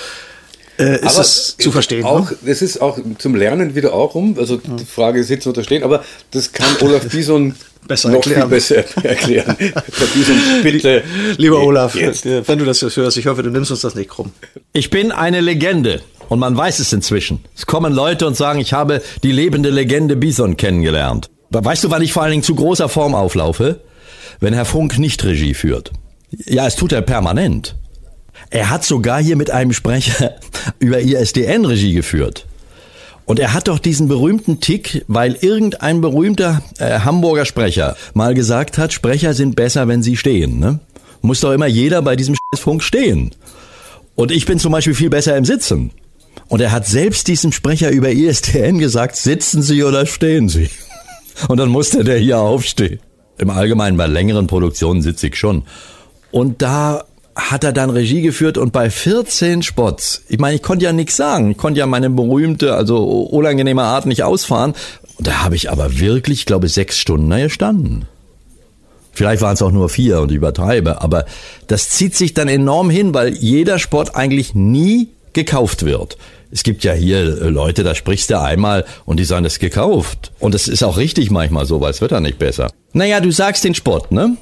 äh, ist es zu verstehen. Auch, ne? Das ist auch zum Lernen wieder auch rum. Also die Frage ist sitzen oder stehen, aber das kann <laughs> Olaf Bison Besser noch viel erklären. besser <laughs> <laughs> erklären. Herr Bison, bitte. Lieber Olaf, Jetzt. wenn du das jetzt hörst, ich hoffe, du nimmst uns das nicht krumm. Ich bin eine Legende und man weiß es inzwischen. Es kommen Leute und sagen, ich habe die lebende Legende Bison kennengelernt. Aber Weißt du, wann ich vor allen Dingen zu großer Form auflaufe? Wenn Herr Funk nicht Regie führt. Ja, es tut er permanent. Er hat sogar hier mit einem Sprecher <laughs> über ISDN Regie geführt. Und er hat doch diesen berühmten Tick, weil irgendein berühmter äh, Hamburger Sprecher mal gesagt hat, Sprecher sind besser, wenn sie stehen. Ne? Muss doch immer jeder bei diesem <laughs> Funk stehen. Und ich bin zum Beispiel viel besser im Sitzen. Und er hat selbst diesem Sprecher über E ISDN gesagt, sitzen Sie oder stehen Sie. <laughs> Und dann musste der hier aufstehen. Im Allgemeinen bei längeren Produktionen sitze ich schon. Und da hat er dann Regie geführt und bei 14 Spots, ich meine, ich konnte ja nichts sagen, ich konnte ja meine berühmte, also unangenehme Art nicht ausfahren. Und da habe ich aber wirklich, ich glaube sechs Stunden da gestanden. Vielleicht waren es auch nur vier und ich übertreibe, aber das zieht sich dann enorm hin, weil jeder Sport eigentlich nie gekauft wird. Es gibt ja hier äh, Leute, da sprichst du einmal und die sagen, das ist gekauft. Und das ist auch richtig manchmal so, weil es wird dann nicht besser. Naja, du sagst den Sport, ne?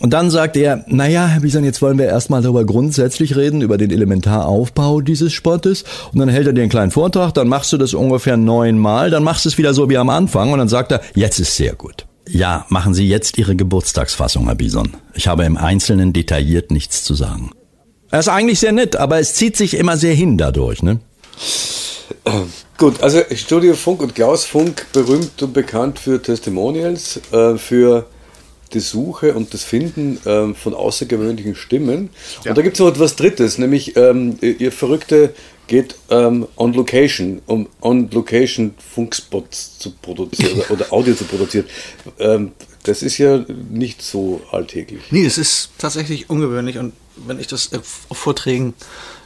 Und dann sagt er, naja, Herr Bison, jetzt wollen wir erstmal darüber grundsätzlich reden, über den Elementaraufbau dieses Sportes. Und dann hält er dir einen kleinen Vortrag, dann machst du das ungefähr neunmal, dann machst du es wieder so wie am Anfang und dann sagt er, jetzt ist sehr gut. Ja, machen Sie jetzt Ihre Geburtstagsfassung, Herr Bison. Ich habe im Einzelnen detailliert nichts zu sagen. Er ist eigentlich sehr nett, aber es zieht sich immer sehr hin dadurch, ne? Gut, also Studio Funk und Klaus Funk, berühmt und bekannt für Testimonials, äh, für die Suche und das Finden ähm, von außergewöhnlichen Stimmen. Und da gibt es noch etwas Drittes, nämlich ähm, ihr Verrückte geht ähm, on Location, um on Location Funkspots zu produzieren oder, oder Audio zu produzieren. Ähm, Das ist ja nicht so alltäglich. Nee, es ist tatsächlich ungewöhnlich und wenn ich das äh, auf Vorträgen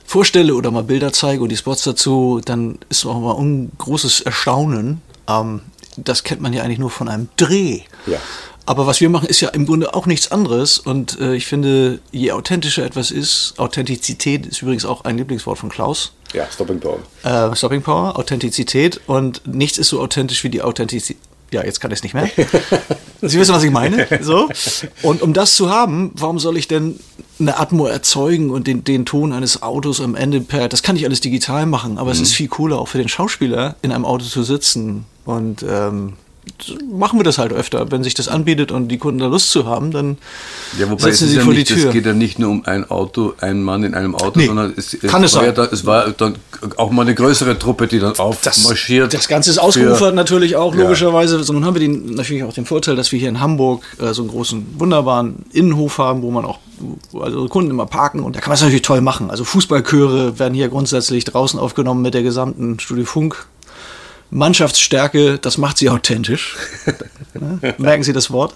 vorstelle oder mal Bilder zeige und die Spots dazu, dann ist auch mal ein großes Erstaunen. Ähm, das kennt man ja eigentlich nur von einem Dreh. Ja. Aber was wir machen, ist ja im Grunde auch nichts anderes. Und äh, ich finde, je authentischer etwas ist, Authentizität ist übrigens auch ein Lieblingswort von Klaus. Ja, Stopping Power. Äh, Stopping Power, Authentizität. Und nichts ist so authentisch wie die Authentizität. Ja, jetzt kann ich es <laughs> nicht mehr. Sie wissen, was ich meine. So. Und um das zu haben, warum soll ich denn eine Atmo erzeugen und den, den Ton eines Autos am Ende per. Das kann ich alles digital machen, aber Mhm. es ist viel cooler, auch für den Schauspieler, in einem Auto zu sitzen. Und ähm, so machen wir das halt öfter. Wenn sich das anbietet und die Kunden da Lust zu haben, dann Ja, wobei es setzen ist sie ja vor nicht, die Tür. es geht ja nicht nur um ein Auto, einen Mann in einem Auto, Nee, sondern es, es kann es war sein. ja da, es war dann auch mal eine größere Truppe, die dann aufmarschiert. Das Ganze ist ausgeufert natürlich auch, Ja. logischerweise. So, nun haben wir den, natürlich auch den Vorteil, dass wir hier in Hamburg äh, so einen großen, wunderbaren Innenhof haben, wo man auch wo also Kunden immer parken und da kann man es natürlich toll machen. Also Fußballchöre werden hier grundsätzlich draußen aufgenommen mit der gesamten Studio Funk. Mannschaftsstärke, das macht sie authentisch. Ne? Merken Sie das Wort?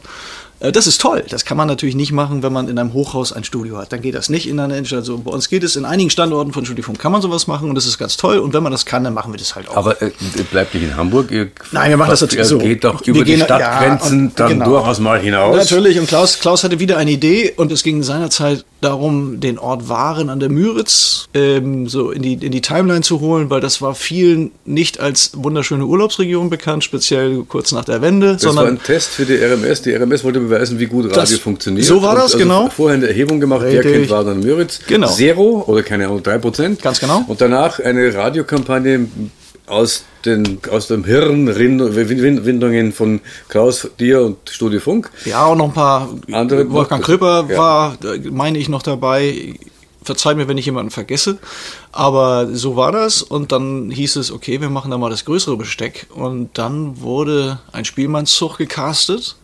Äh, Das ist toll. Das kann man natürlich nicht machen, wenn man in einem Hochhaus ein Studio hat. Dann geht das nicht in einer Innenstadt so. Bei uns geht es in einigen Standorten von Studiofunk kann man sowas machen und das ist ganz toll. Und wenn man das kann, dann machen wir das halt auch. Aber äh, ihr bleibt nicht in Hamburg. Ihr Nein, wir machen das natürlich ihr so. geht doch Wir über die gehen- ja, Stadtgrenzen und- dann genau. durchaus mal hinaus. Natürlich, und Klaus, Klaus hatte wieder eine Idee und es ging seinerzeit darum, den Ort Waren an der Müritz ähm, so in die, in die Timeline zu holen, weil das war vielen nicht als wunderschöne Urlaubsregion bekannt, speziell kurz nach der Wende, Das sondern war ein Test für die RMS. Die RMS wollte beweisen, wie gut Das- Radio funktioniert. so war Und also das, genau. Vorher eine Erhebung gemacht, wer Richtig. kennt Waden an Müritz. Genau. Zero oder keine Ahnung, drei Prozent. Ganz genau. Und danach eine Radiokampagne aus, den, aus dem Hirn, Rind- Wind- Windungen von Klaus, dir und Studio Funk. Ja, und noch ein paar. äh, Andere Wolfgang Kröper war, äh, meine ich, noch dabei. Verzeiht mir, wenn ich jemanden vergesse. Aber so war das. Und dann hieß es, okay, wir machen da mal das größere Besteck. Und dann wurde ein Spielmannszug gecastet.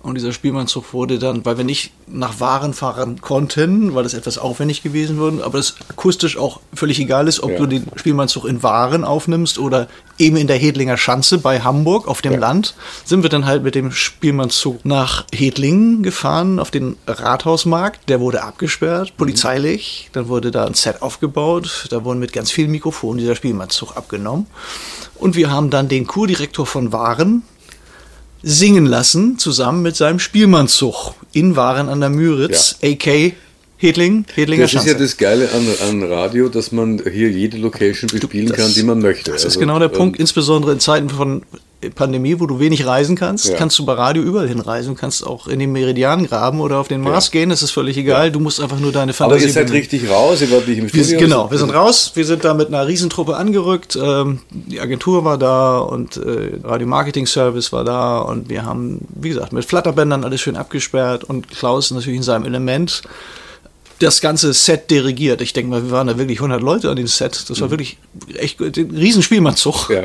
Und dieser Spielmannszug wurde dann, weil wir nicht nach Waren fahren konnten, weil das etwas aufwendig gewesen würde, aber das akustisch auch völlig egal ist, ob Ja. du den Spielmannszug in Waren aufnimmst oder eben in der Hedlinger Schanze bei Hamburg auf dem Land, sind wir dann halt mit dem Spielmannszug nach Hedlingen gefahren, auf den Rathausmarkt. Der wurde abgesperrt, Mhm. polizeilich. Dann wurde da ein Set aufgebaut. Da wurden mit ganz vielen Mikrofonen dieser Spielmannszug abgenommen. Und wir haben dann den Kurdirektor von Waren, singen lassen, zusammen mit seinem Spielmannszug in Waren an der Müritz, a.k. Hedling, Hedlinger Das ist Schanze. ja das Geile an, an Radio, dass man hier jede Location bespielen kann, die man möchte. Also, ähm, Das ist genau der Punkt, insbesondere in Zeiten von Pandemie, wo du wenig reisen kannst, Ja. kannst du bei Radio überall hinreisen, Du kannst auch in den Meridian graben oder auf den Mars gehen, das ist völlig egal, du musst einfach nur deine Aber Fantasie ihr seid bemühen. richtig raus, ihr wart nicht im Wir, Studio. sind- genau, wir sind raus, wir sind da mit einer Riesentruppe angerückt. Ähm, die Agentur war da und äh, Radio Marketing Service war da und wir haben, wie gesagt, mit Flatterbändern alles schön abgesperrt und Klaus natürlich in seinem Element das ganze Set dirigiert. Ich denke mal, wir waren da wirklich 100 Leute an dem Set. Das war Mhm. wirklich echt gut, ein Riesenspielmannzug. Ja.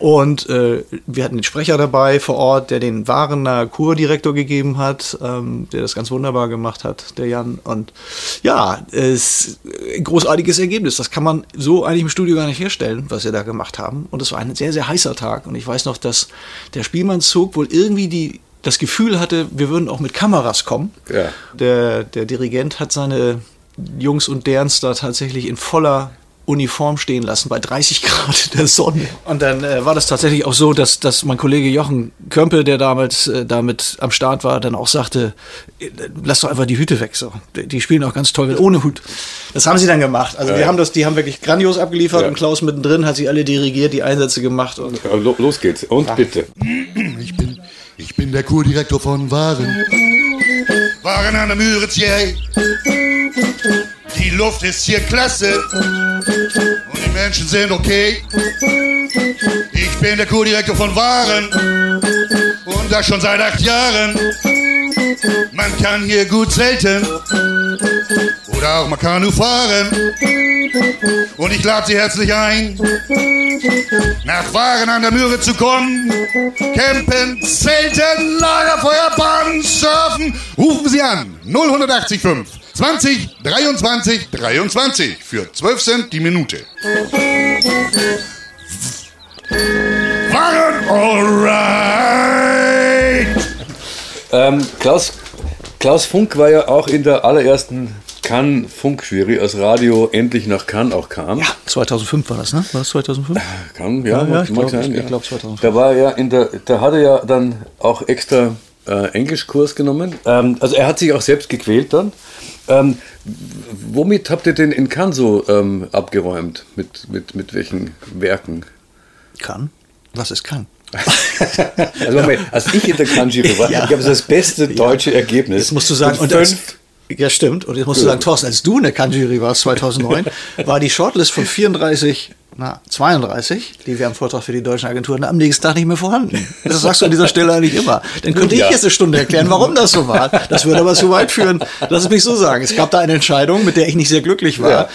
Und äh, wir hatten den Sprecher dabei vor Ort, der den Warener Kurdirektor gegeben hat, ähm, der das ganz wunderbar gemacht hat, der Jan. Und ja, es ein großartiges Ergebnis. Das kann man so eigentlich im Studio gar nicht herstellen, was wir da gemacht haben. Und es war ein sehr, sehr heißer Tag. Und ich weiß noch, dass der Spielmannszug wohl irgendwie die, das Gefühl hatte, wir würden auch mit Kameras kommen. Ja. Der, der Dirigent hat seine Jungs und Derns da tatsächlich in voller Uniform stehen lassen bei 30 Grad der Sonne. Und dann äh, war das tatsächlich auch so, dass, dass mein Kollege Jochen Kömpel, der damals äh, damit am Start war, dann auch sagte, äh, lass doch einfach die Hüte weg. So. Die die spielen auch ganz toll mit ohne Hut. Das haben sie dann gemacht. Also Ja. wir haben das, die haben wirklich grandios abgeliefert Ja. und Klaus mittendrin hat sie alle dirigiert, die Einsätze gemacht und Ja, Also, äh, lo- Los geht's. Und Ach. bitte. Ich bin der Kurdirektor von Waren. Waren an der Müritz, yay. Die Luft ist hier klasse und die Menschen sind okay. Ich bin der Kurdirektor von Waren und das schon seit acht Jahren. Man kann hier gut zelten oder auch mal Kanu fahren. Und ich lade Sie herzlich ein, nach Waren an der Müritz zu kommen. Campen, Zelten, Lagerfeuer, Baden, Surfen. Rufen Sie an 0185 20 23 23 für 12 Cent die Minute. Waren alright! Ähm, Klaus, Klaus Funk war ja auch in der allerersten Cannes Funkjury, als Radio endlich nach Cannes auch kam. Ja, 2005 war das, ne? War das 2005? Kann, ja, Ja, ja, mag, ich mag glaub, sein. ich- ja. ich glaub, 2005. Da war ja in der, da hat er ja dann auch extra äh, Englischkurs genommen. Ähm, also er hat sich auch selbst gequält dann. Ähm, w- womit habt ihr den in Cannes so ähm, abgeräumt? Mit, mit, mit welchen Werken? Kann? Was ist kann? Also, Moment, als ich in der Kanjiro war, <laughs> Ja. ich habe das beste deutsche Ergebnis. Jetzt musst du sagen, und und fünf als, ja stimmt, und jetzt musst du sagen, Thorsten, als du in der Kanjiri warst 2009, war die Shortlist von 34, na 32, die wir am Vortrag für die deutschen Agenturen am nächsten Tag nicht mehr vorhanden. Das sagst du an dieser Stelle eigentlich immer. Dann könnte ich Ja. jetzt eine Stunde erklären, warum das so war. Das würde aber zu weit führen. Lass es mich so sagen. Es gab da eine Entscheidung, mit der ich nicht sehr glücklich war Ja.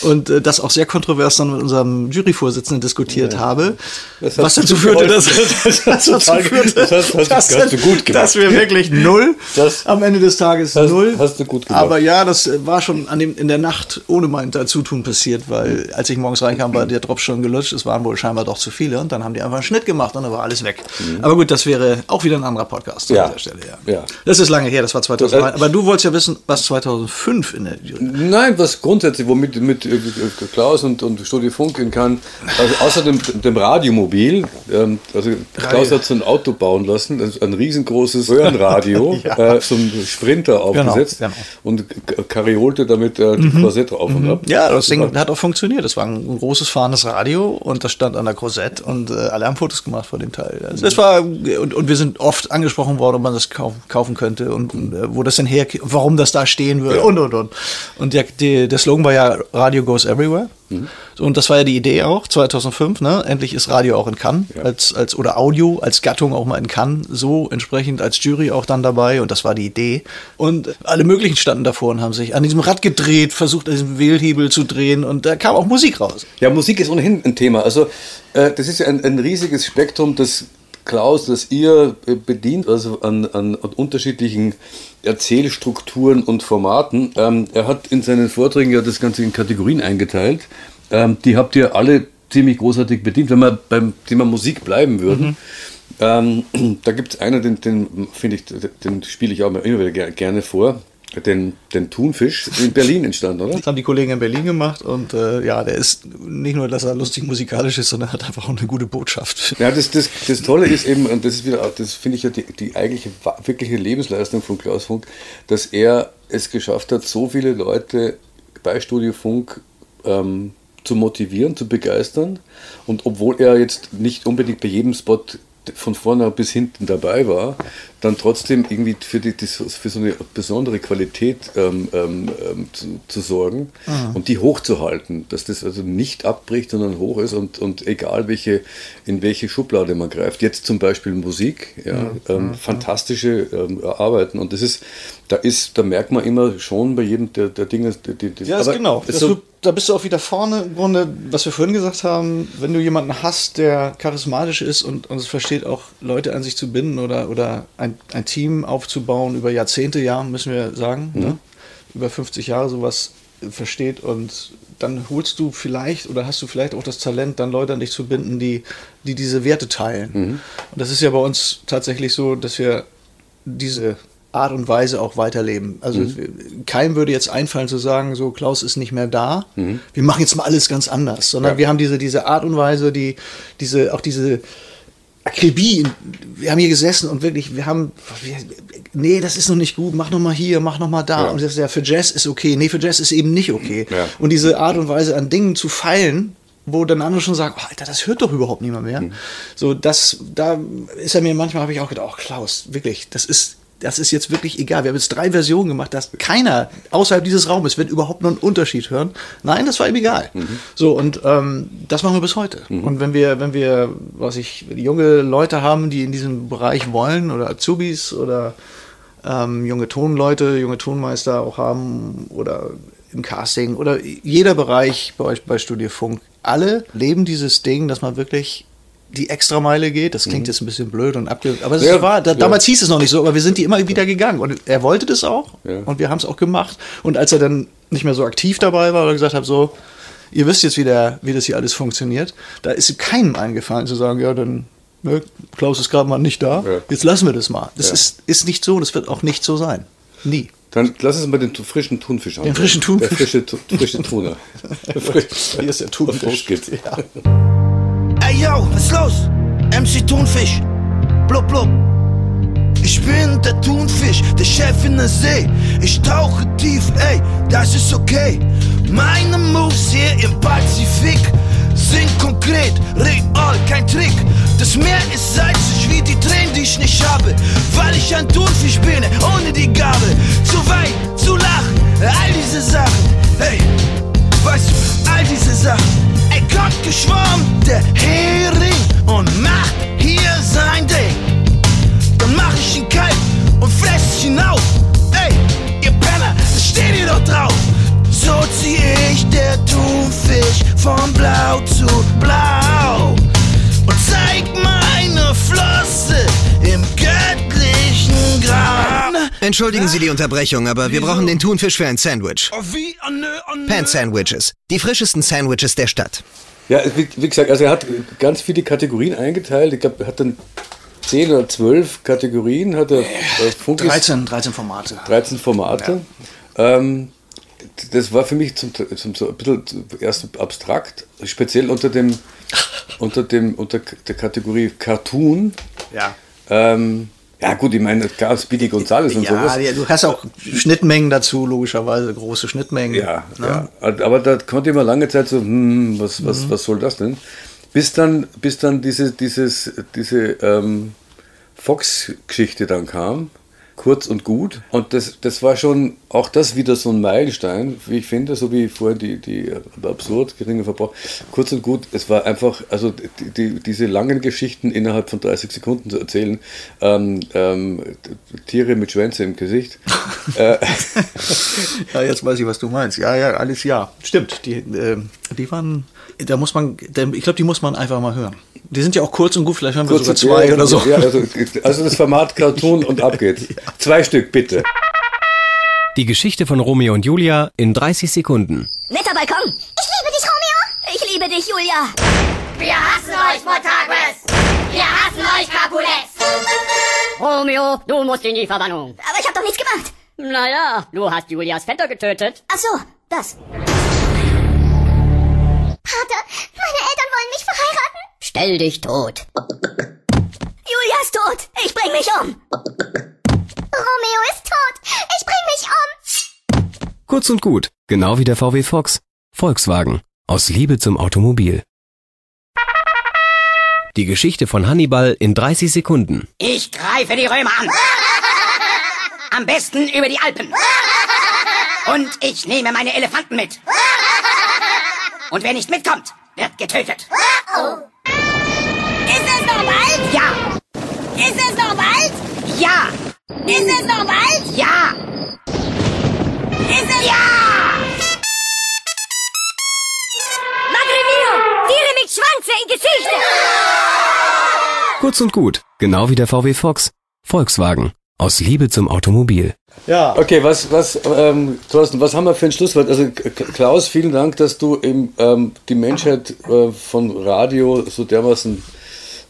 und äh, das auch sehr kontrovers dann mit unserem Juryvorsitzenden diskutiert habe, Das hast was du dazu führte, gewollt. dass, <laughs> Das hast du dazu total- führte, das hast- hast du- dass- hast du gut gemacht. dass wir wirklich null Das- am Ende des Tages null. hast du gut gemacht. Aber ja, das äh, war schon an dem, in der Nacht ohne mein Dazutun passiert, weil als ich morgens reinkam, war der Drop schon gelutscht. Es waren wohl scheinbar doch zu viele und dann haben die einfach einen Schnitt gemacht und dann war alles weg. Aber gut, das wäre auch wieder ein anderer Podcast Mhm. Ja. an dieser Stelle. Ja. Ja. Das ist lange her, das war 2009. äh, Aber du wolltest ja wissen, was 2005 in der Jury. Nein, was grundsätzlich, womit mit äh, Klaus und, und Studio Funk in kann, also außer dem, dem Radiomobil, ähm, also Klaus Radio. hat so ein Auto bauen lassen, also ein riesengroßes Röhrenradio, <laughs> Ja. äh, zum Sprinter aufgesetzt Genau, und k- kariolte damit äh, die Mhm. Korsette auf und Mhm. ab. Ja, das Ding hat auch funktioniert. Das war ein großes fahrendes Radio und das stand an der Korsette und äh, alle haben Fotos gemacht von dem Teil. Also das war, und, und wir sind oft angesprochen worden, ob man das kau kaufen könnte und, und äh, wo das denn her, warum das da stehen würde Ja. und und und. Und der, die, der Slogan war ja Radio goes everywhere. So, und das war ja die Idee auch, 2005, ne? Endlich ist Radio auch in Cannes, als, als, oder Audio als Gattung auch mal in Cannes, so entsprechend als Jury auch dann dabei, und das war die Idee. Und alle möglichen standen davor und haben sich an diesem Rad gedreht, versucht, an diesem Wählhebel zu drehen, und da kam auch Musik raus. Ja, Musik ist ohnehin ein Thema. Also äh, das ist ja ein, ein riesiges Spektrum, das Klaus, das ihr äh, bedient, also an, an, an unterschiedlichen Erzählstrukturen und Formaten. Ähm, er hat in seinen Vorträgen ja das Ganze in Kategorien eingeteilt. Ähm, die habt ihr alle ziemlich großartig bedient, wenn wir beim Thema Musik bleiben würden. Mhm. Ähm, da gibt es einen, den, den finde ich, den spiele ich auch immer wieder ger- gerne vor. Den, den Thunfisch in Berlin entstanden, oder? Das haben die Kollegen in Berlin gemacht, und äh, ja, der ist nicht nur, dass er lustig musikalisch ist, sondern hat einfach auch eine gute Botschaft. Ja, das, das, das Tolle ist eben, und das ist wieder, auch- das finde ich ja die, die eigentliche, wa- wirkliche Lebensleistung von Klaus Funk, dass er es geschafft hat, so viele Leute bei Studio Funk ähm, zu motivieren, zu begeistern. Und obwohl er jetzt nicht unbedingt bei jedem Spot von vorne bis hinten dabei war, dann trotzdem irgendwie für, die, die, für so eine besondere Qualität ähm, ähm, ähm, zu, zu sorgen Mhm. und die hochzuhalten, dass das also nicht abbricht, sondern hoch ist und, und egal welche, in welche Schublade man greift. Jetzt zum Beispiel Musik, ja, Mhm. ähm, fantastische ähm, Arbeiten und das ist, da ist, da merkt man immer schon bei jedem der, der Dinge, die, die, die- Ja, das aber genau. es Das so- du, da bist du auch wieder vorne im Grunde, was wir vorhin gesagt haben, wenn du jemanden hast, der charismatisch ist und, und es versteht, auch Leute an sich zu binden oder, oder ein, ein Team aufzubauen über Jahrzehnte, ja, müssen wir sagen, Mhm. ne? über 50 Jahre sowas äh, versteht und dann holst du vielleicht oder hast du vielleicht auch das Talent, dann Leute an dich zu binden, die, die diese Werte teilen. Mhm. Und das ist ja bei uns tatsächlich so, dass wir diese Art und Weise auch weiterleben. Also Mhm. keinem würde jetzt einfallen zu sagen, so Klaus ist nicht mehr da, Mhm. wir machen jetzt mal alles ganz anders, sondern Ja. wir haben diese, diese Art und Weise, die, diese, auch diese Akribie. Wir haben hier gesessen und wirklich, wir haben, wir, nee, das ist noch nicht gut, mach noch mal hier, mach noch mal da. Ja. Und das ist ja für Jazz ist okay, nee, für Jazz ist eben nicht okay. Ja. Und diese Art und Weise an Dingen zu feilen, wo dann andere schon sagen, oh, Alter, das hört doch überhaupt niemand mehr. So, das, da ist er mir manchmal, habe ich auch gedacht, oh, Klaus, wirklich, das ist, das ist jetzt wirklich egal. Wir haben jetzt drei Versionen gemacht, dass keiner außerhalb dieses Raumes wird überhaupt noch einen Unterschied hören. Nein, das war ihm egal. So, und ähm, das machen wir bis heute. Und wenn wir, wenn wir, was ich, junge Leute haben, die in diesem Bereich wollen oder Azubis oder ähm, junge Tonleute, junge Tonmeister auch haben oder im Casting oder jeder Bereich bei euch bei Studio Funk. Alle leben dieses Ding, dass man wirklich die Extrameile geht. Das klingt jetzt ein bisschen blöd und abge... Aber es Mhm. Ja, war, da, ja. damals hieß es noch nicht so, aber wir sind die immer wieder gegangen. Und er wollte das auch und wir haben es auch gemacht. Und als er dann nicht mehr so aktiv dabei war oder gesagt hat, so, ihr wisst jetzt wieder, wie das hier alles funktioniert, da ist keinem eingefallen zu sagen, ja, dann ne, Klaus ist gerade mal nicht da, jetzt lassen wir das mal. Das Ja. ist, ist nicht so und das wird auch nicht so sein. Nie. Dann lass uns mal den tu- frischen Thunfisch an. Den frischen Thunfisch. Der frische, Tu- frische <laughs> Tuna. Hier ist der Thunfisch. Ja. Ey yo, was ist los? MC Thunfisch. Blub, blub. Ich bin der Thunfisch, der Chef in der See. Ich tauche tief, ey, das ist okay. Meine Moves hier im Pazifik sind konkret, real, kein Trick. Das Meer ist salzig wie die Tränen, die ich nicht habe, weil ich ein Thunfisch bin, ohne die Gabe. Zu weit, zu lachen, all diese Sachen, hey, weißt du, all diese Sachen. Ey, Gott geschwommen, der Hering und macht hier sein Ding dann mach ich ihn kalt und fress ihn auf. Ey, ihr Penner, das steht ihr doch drauf. So zieh ich der Thunfisch von blau zu blau und zeig meine Flosse im göttlichen Grau. Entschuldigen Sie die Unterbrechung, aber wir brauchen den Thunfisch für ein Sandwich. Oh, Pan Sandwiches. Die frischesten Sandwiches der Stadt. Ja, wie, wie gesagt, also er hat ganz viele Kategorien eingeteilt. Ich glaube, er hat dann 10 oder 12 Kategorien, hat er äh, Funkis- 13, 13 Formate. 13 Formate. Ähm, das war für mich zum, zum, so ein bisschen erst abstrakt, speziell unter <laughs> dem unter dem unter der Kategorie Cartoon. Ja. Ähm, ja gut, ich meine, klar, Speedy Gonzales und sowas. Ja, ja, du hast auch Schnittmengen dazu, logischerweise, große Schnittmengen. Ja, ja. Aber da konnte ich mal lange Zeit so, hm, was, was, Mhm. was soll das denn? Bis dann, bis dann diese, dieses, diese ähm, Fox-Geschichte dann kam, kurz und gut. Und das, das war schon, auch das wieder so ein Meilenstein, wie ich finde, so wie vorher die, die äh, absurd geringe Verbrauch. Kurz und gut, es war einfach, also die, die, diese langen Geschichten innerhalb von 30 Sekunden zu erzählen, ähm, ähm, Tiere mit Schwänze im Gesicht. äh, Ja, jetzt weiß ich, was du meinst. Ja, ja, alles ja. Stimmt. Die, ähm, die waren, da muss man, da- ich glaube, die muss man einfach mal hören. Die sind ja auch kurz und gut, vielleicht hören wir Kurz sogar zwei ja, oder so. Ja, also, also das Format Cartoon und ab geht's. Zwei Stück, bitte. Die Geschichte von Romeo und Julia in 30 Sekunden. Wetterbalkon! Ich liebe dich, Romeo! Ich liebe dich, Julia! Wir hassen euch, Montagues! Wir hassen euch, Capulets! Romeo, du musst in die Verbannung. Aber ich hab doch nichts gemacht! Naja, du hast Julias Vetter getötet. Ach so, das. Vater, meine Eltern wollen mich verheiraten! Stell dich tot. Julia ist tot! Ich bring mich um! Romeo ist tot! Ich bring mich um! Kurz und gut, genau wie der VW Fox. Volkswagen. Aus Liebe zum Automobil. Die Geschichte von Hannibal in 30 Sekunden. Ich greife die Römer an. Am besten über die Alpen. Und ich nehme meine Elefanten mit. Und wer nicht mitkommt, wird getötet. Ist es noch bald? Ja! Ist es noch bald? Ja! Ist es noch bald? Ja! Ist es... Ja! Madre mio! Tiere mit Schwanze in Geschichte! Kurz und gut, genau wie der VW Fox. Volkswagen. Aus Liebe zum Automobil. <laughs> Ja. Okay, was, was, ähm, Thorsten, was haben wir für ein Schlusswort? Also K- Klaus, vielen Dank, dass du eben, ähm, die Menschheit äh, von Radio so dermaßen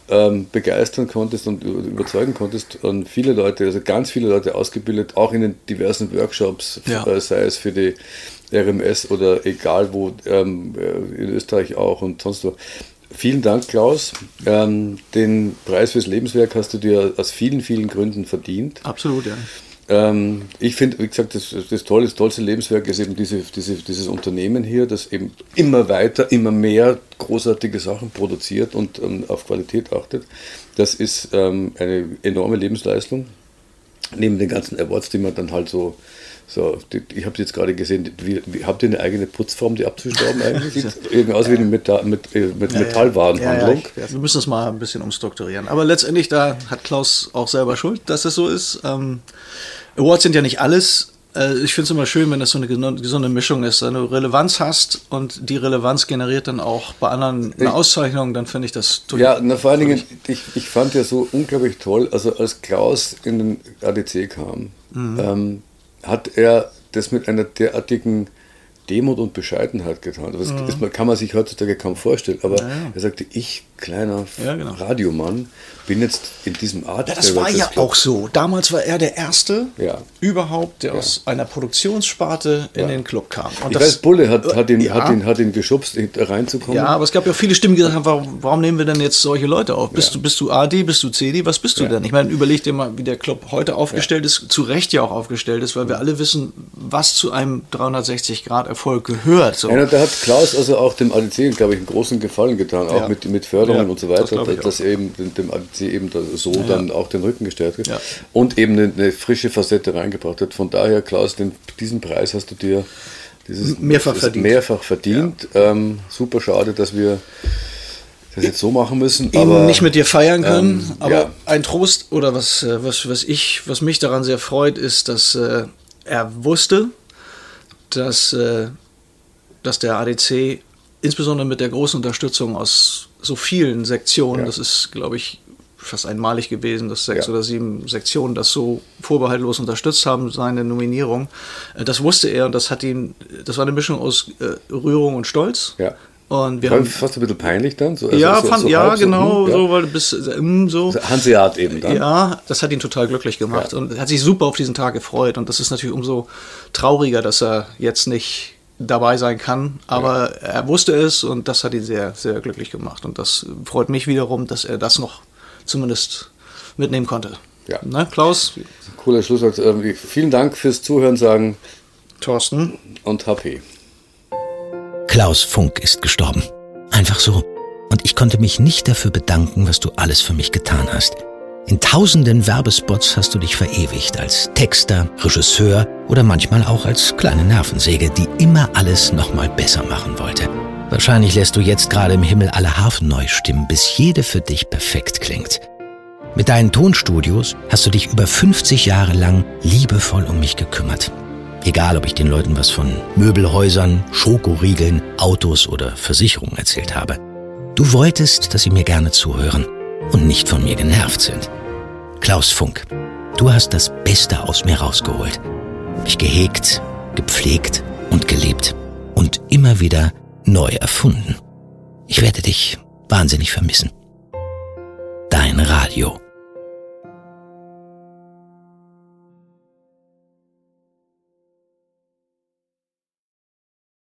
ähm, begeistern konntest und über- überzeugen konntest. Und viele Leute, also ganz viele Leute ausgebildet, auch in den diversen Workshops, Ja. äh, sei es für die RMS oder egal wo, ähm, äh, in Österreich auch und sonst wo. Vielen Dank, Klaus. Ähm, den Preis fürs Lebenswerk hast du dir aus vielen, vielen Gründen verdient. Absolut, ja. Ähm, ich finde, wie gesagt, das, das, tolle, das tollste Lebenswerk ist eben diese, diese, dieses Unternehmen hier, das eben immer weiter, immer mehr großartige Sachen produziert und ähm, auf Qualität achtet. Das ist ähm, eine enorme Lebensleistung. Neben den ganzen Awards, die man dann halt so. So, die, ich habe jetzt gerade gesehen, wie, wie, habt ihr eine eigene Putzform, die abzustauben <laughs> eigentlich? Sieht irgendwie aus wie eine Meta, mit, äh, mit Ja, ja. Metallwarenhandlung. Ja, ja, ich- wir müssen das mal ein bisschen umstrukturieren. Aber letztendlich, da hat Klaus auch selber Schuld, dass das so ist. Ähm, Awards sind ja nicht alles. Äh, ich finde es immer schön, wenn das so eine geno- gesunde Mischung ist. Wenn du Relevanz hast und die Relevanz generiert dann auch bei anderen Ich- eine Auszeichnung, dann finde ich das total. Ja, na, vor allen Dingen, ich, ich fand ja so unglaublich toll, also als Klaus in den ADC kam, Mhm. ähm, hat er das mit einer derartigen Demut und Bescheidenheit getan. Das Mhm. ist, man- kann man sich heutzutage kaum vorstellen. Aber Ja, ja. er sagte, ich, kleiner Ja, genau. Radiomann, bin jetzt in diesem Art. Ja, das war ja auch so. Damals war er der Erste Ja. überhaupt, der aus einer Produktionssparte in Ja. den Club kam. ich weiß, Bulle hat, hat, ihn, Ja. hat, ihn, hat ihn geschubst, da reinzukommen. Ja, aber es gab ja auch viele Stimmen, die gesagt haben, warum, warum nehmen wir denn jetzt solche Leute auf? Bist, du, bist du AD, bist du CD, was bist du denn? Ich meine, überleg dir mal, wie der Club heute aufgestellt ist, zu Recht ja auch aufgestellt ist, weil wir alle wissen, was zu einem 360-Grad-Erfolg gehört. So. Ja, da hat Klaus also auch dem ADC, glaube ich, einen großen Gefallen getan, auch Ja. mit, mit Förderungen Ja, und so das weiter, glaub ich dass eben dem, dem ADC eben da so Ja. dann auch den Rücken gestärkt wird und eben eine, eine frische Facette reingebracht hat. Von daher, Klaus, den, diesen Preis hast du dir dieses, Mehrfach das verdient. Mehrfach verdient. Ähm, super schade, dass wir das jetzt so machen müssen. ihn aber, nicht mit dir feiern können, ähm, aber ja. ein Trost oder was, äh, was, was ich, was mich daran sehr freut, ist, dass äh, er wusste, dass, äh, dass der ADC insbesondere mit der großen Unterstützung aus so vielen Sektionen, das ist, glaube ich, fast einmalig gewesen, dass sechs oder sieben Sektionen das so vorbehaltlos unterstützt haben, seine Nominierung. Äh, Das wusste er und das hat ihn, das war eine Mischung aus äh, Rührung und Stolz. Ja. Und wir War haben, fast ein bisschen peinlich dann. So, also ja, so- fand, so ja halb so, genau, hm, ja. Also so, weil bis äh, mm, so. Hanseat eben dann. Ja, das hat ihn total glücklich gemacht und hat sich super auf diesen Tag gefreut. Und das ist natürlich umso trauriger, dass er jetzt nicht dabei sein kann. Aber er wusste es und das hat ihn sehr, sehr glücklich gemacht. Und das freut mich wiederum, dass er das noch zumindest mitnehmen konnte. Ja. Ne, Klaus? Cooler Schlusswort. Irgendwie. Vielen Dank fürs Zuhören sagen. Thorsten. Und HP. Klaus Funk ist gestorben. Einfach so. Und ich konnte mich nicht dafür bedanken, was du alles für mich getan hast. In tausenden Werbespots hast du dich verewigt als Texter, Regisseur oder manchmal auch als kleine Nervensäge, die immer alles nochmal besser machen wollte. Wahrscheinlich lässt du jetzt gerade im Himmel alle Harfen neu stimmen, bis jede für dich perfekt klingt. Mit deinen Tonstudios hast du dich über 50 Jahre lang liebevoll um mich gekümmert. Egal, ob ich den Leuten was von Möbelhäusern, Schokoriegeln, Autos oder Versicherungen erzählt habe. Du wolltest, dass sie mir gerne zuhören und nicht von mir genervt sind. Klaus Funk, du hast das Beste aus mir rausgeholt. Mich gehegt, gepflegt und gelebt und immer wieder neu erfunden. Ich werde dich wahnsinnig vermissen. Dein Radio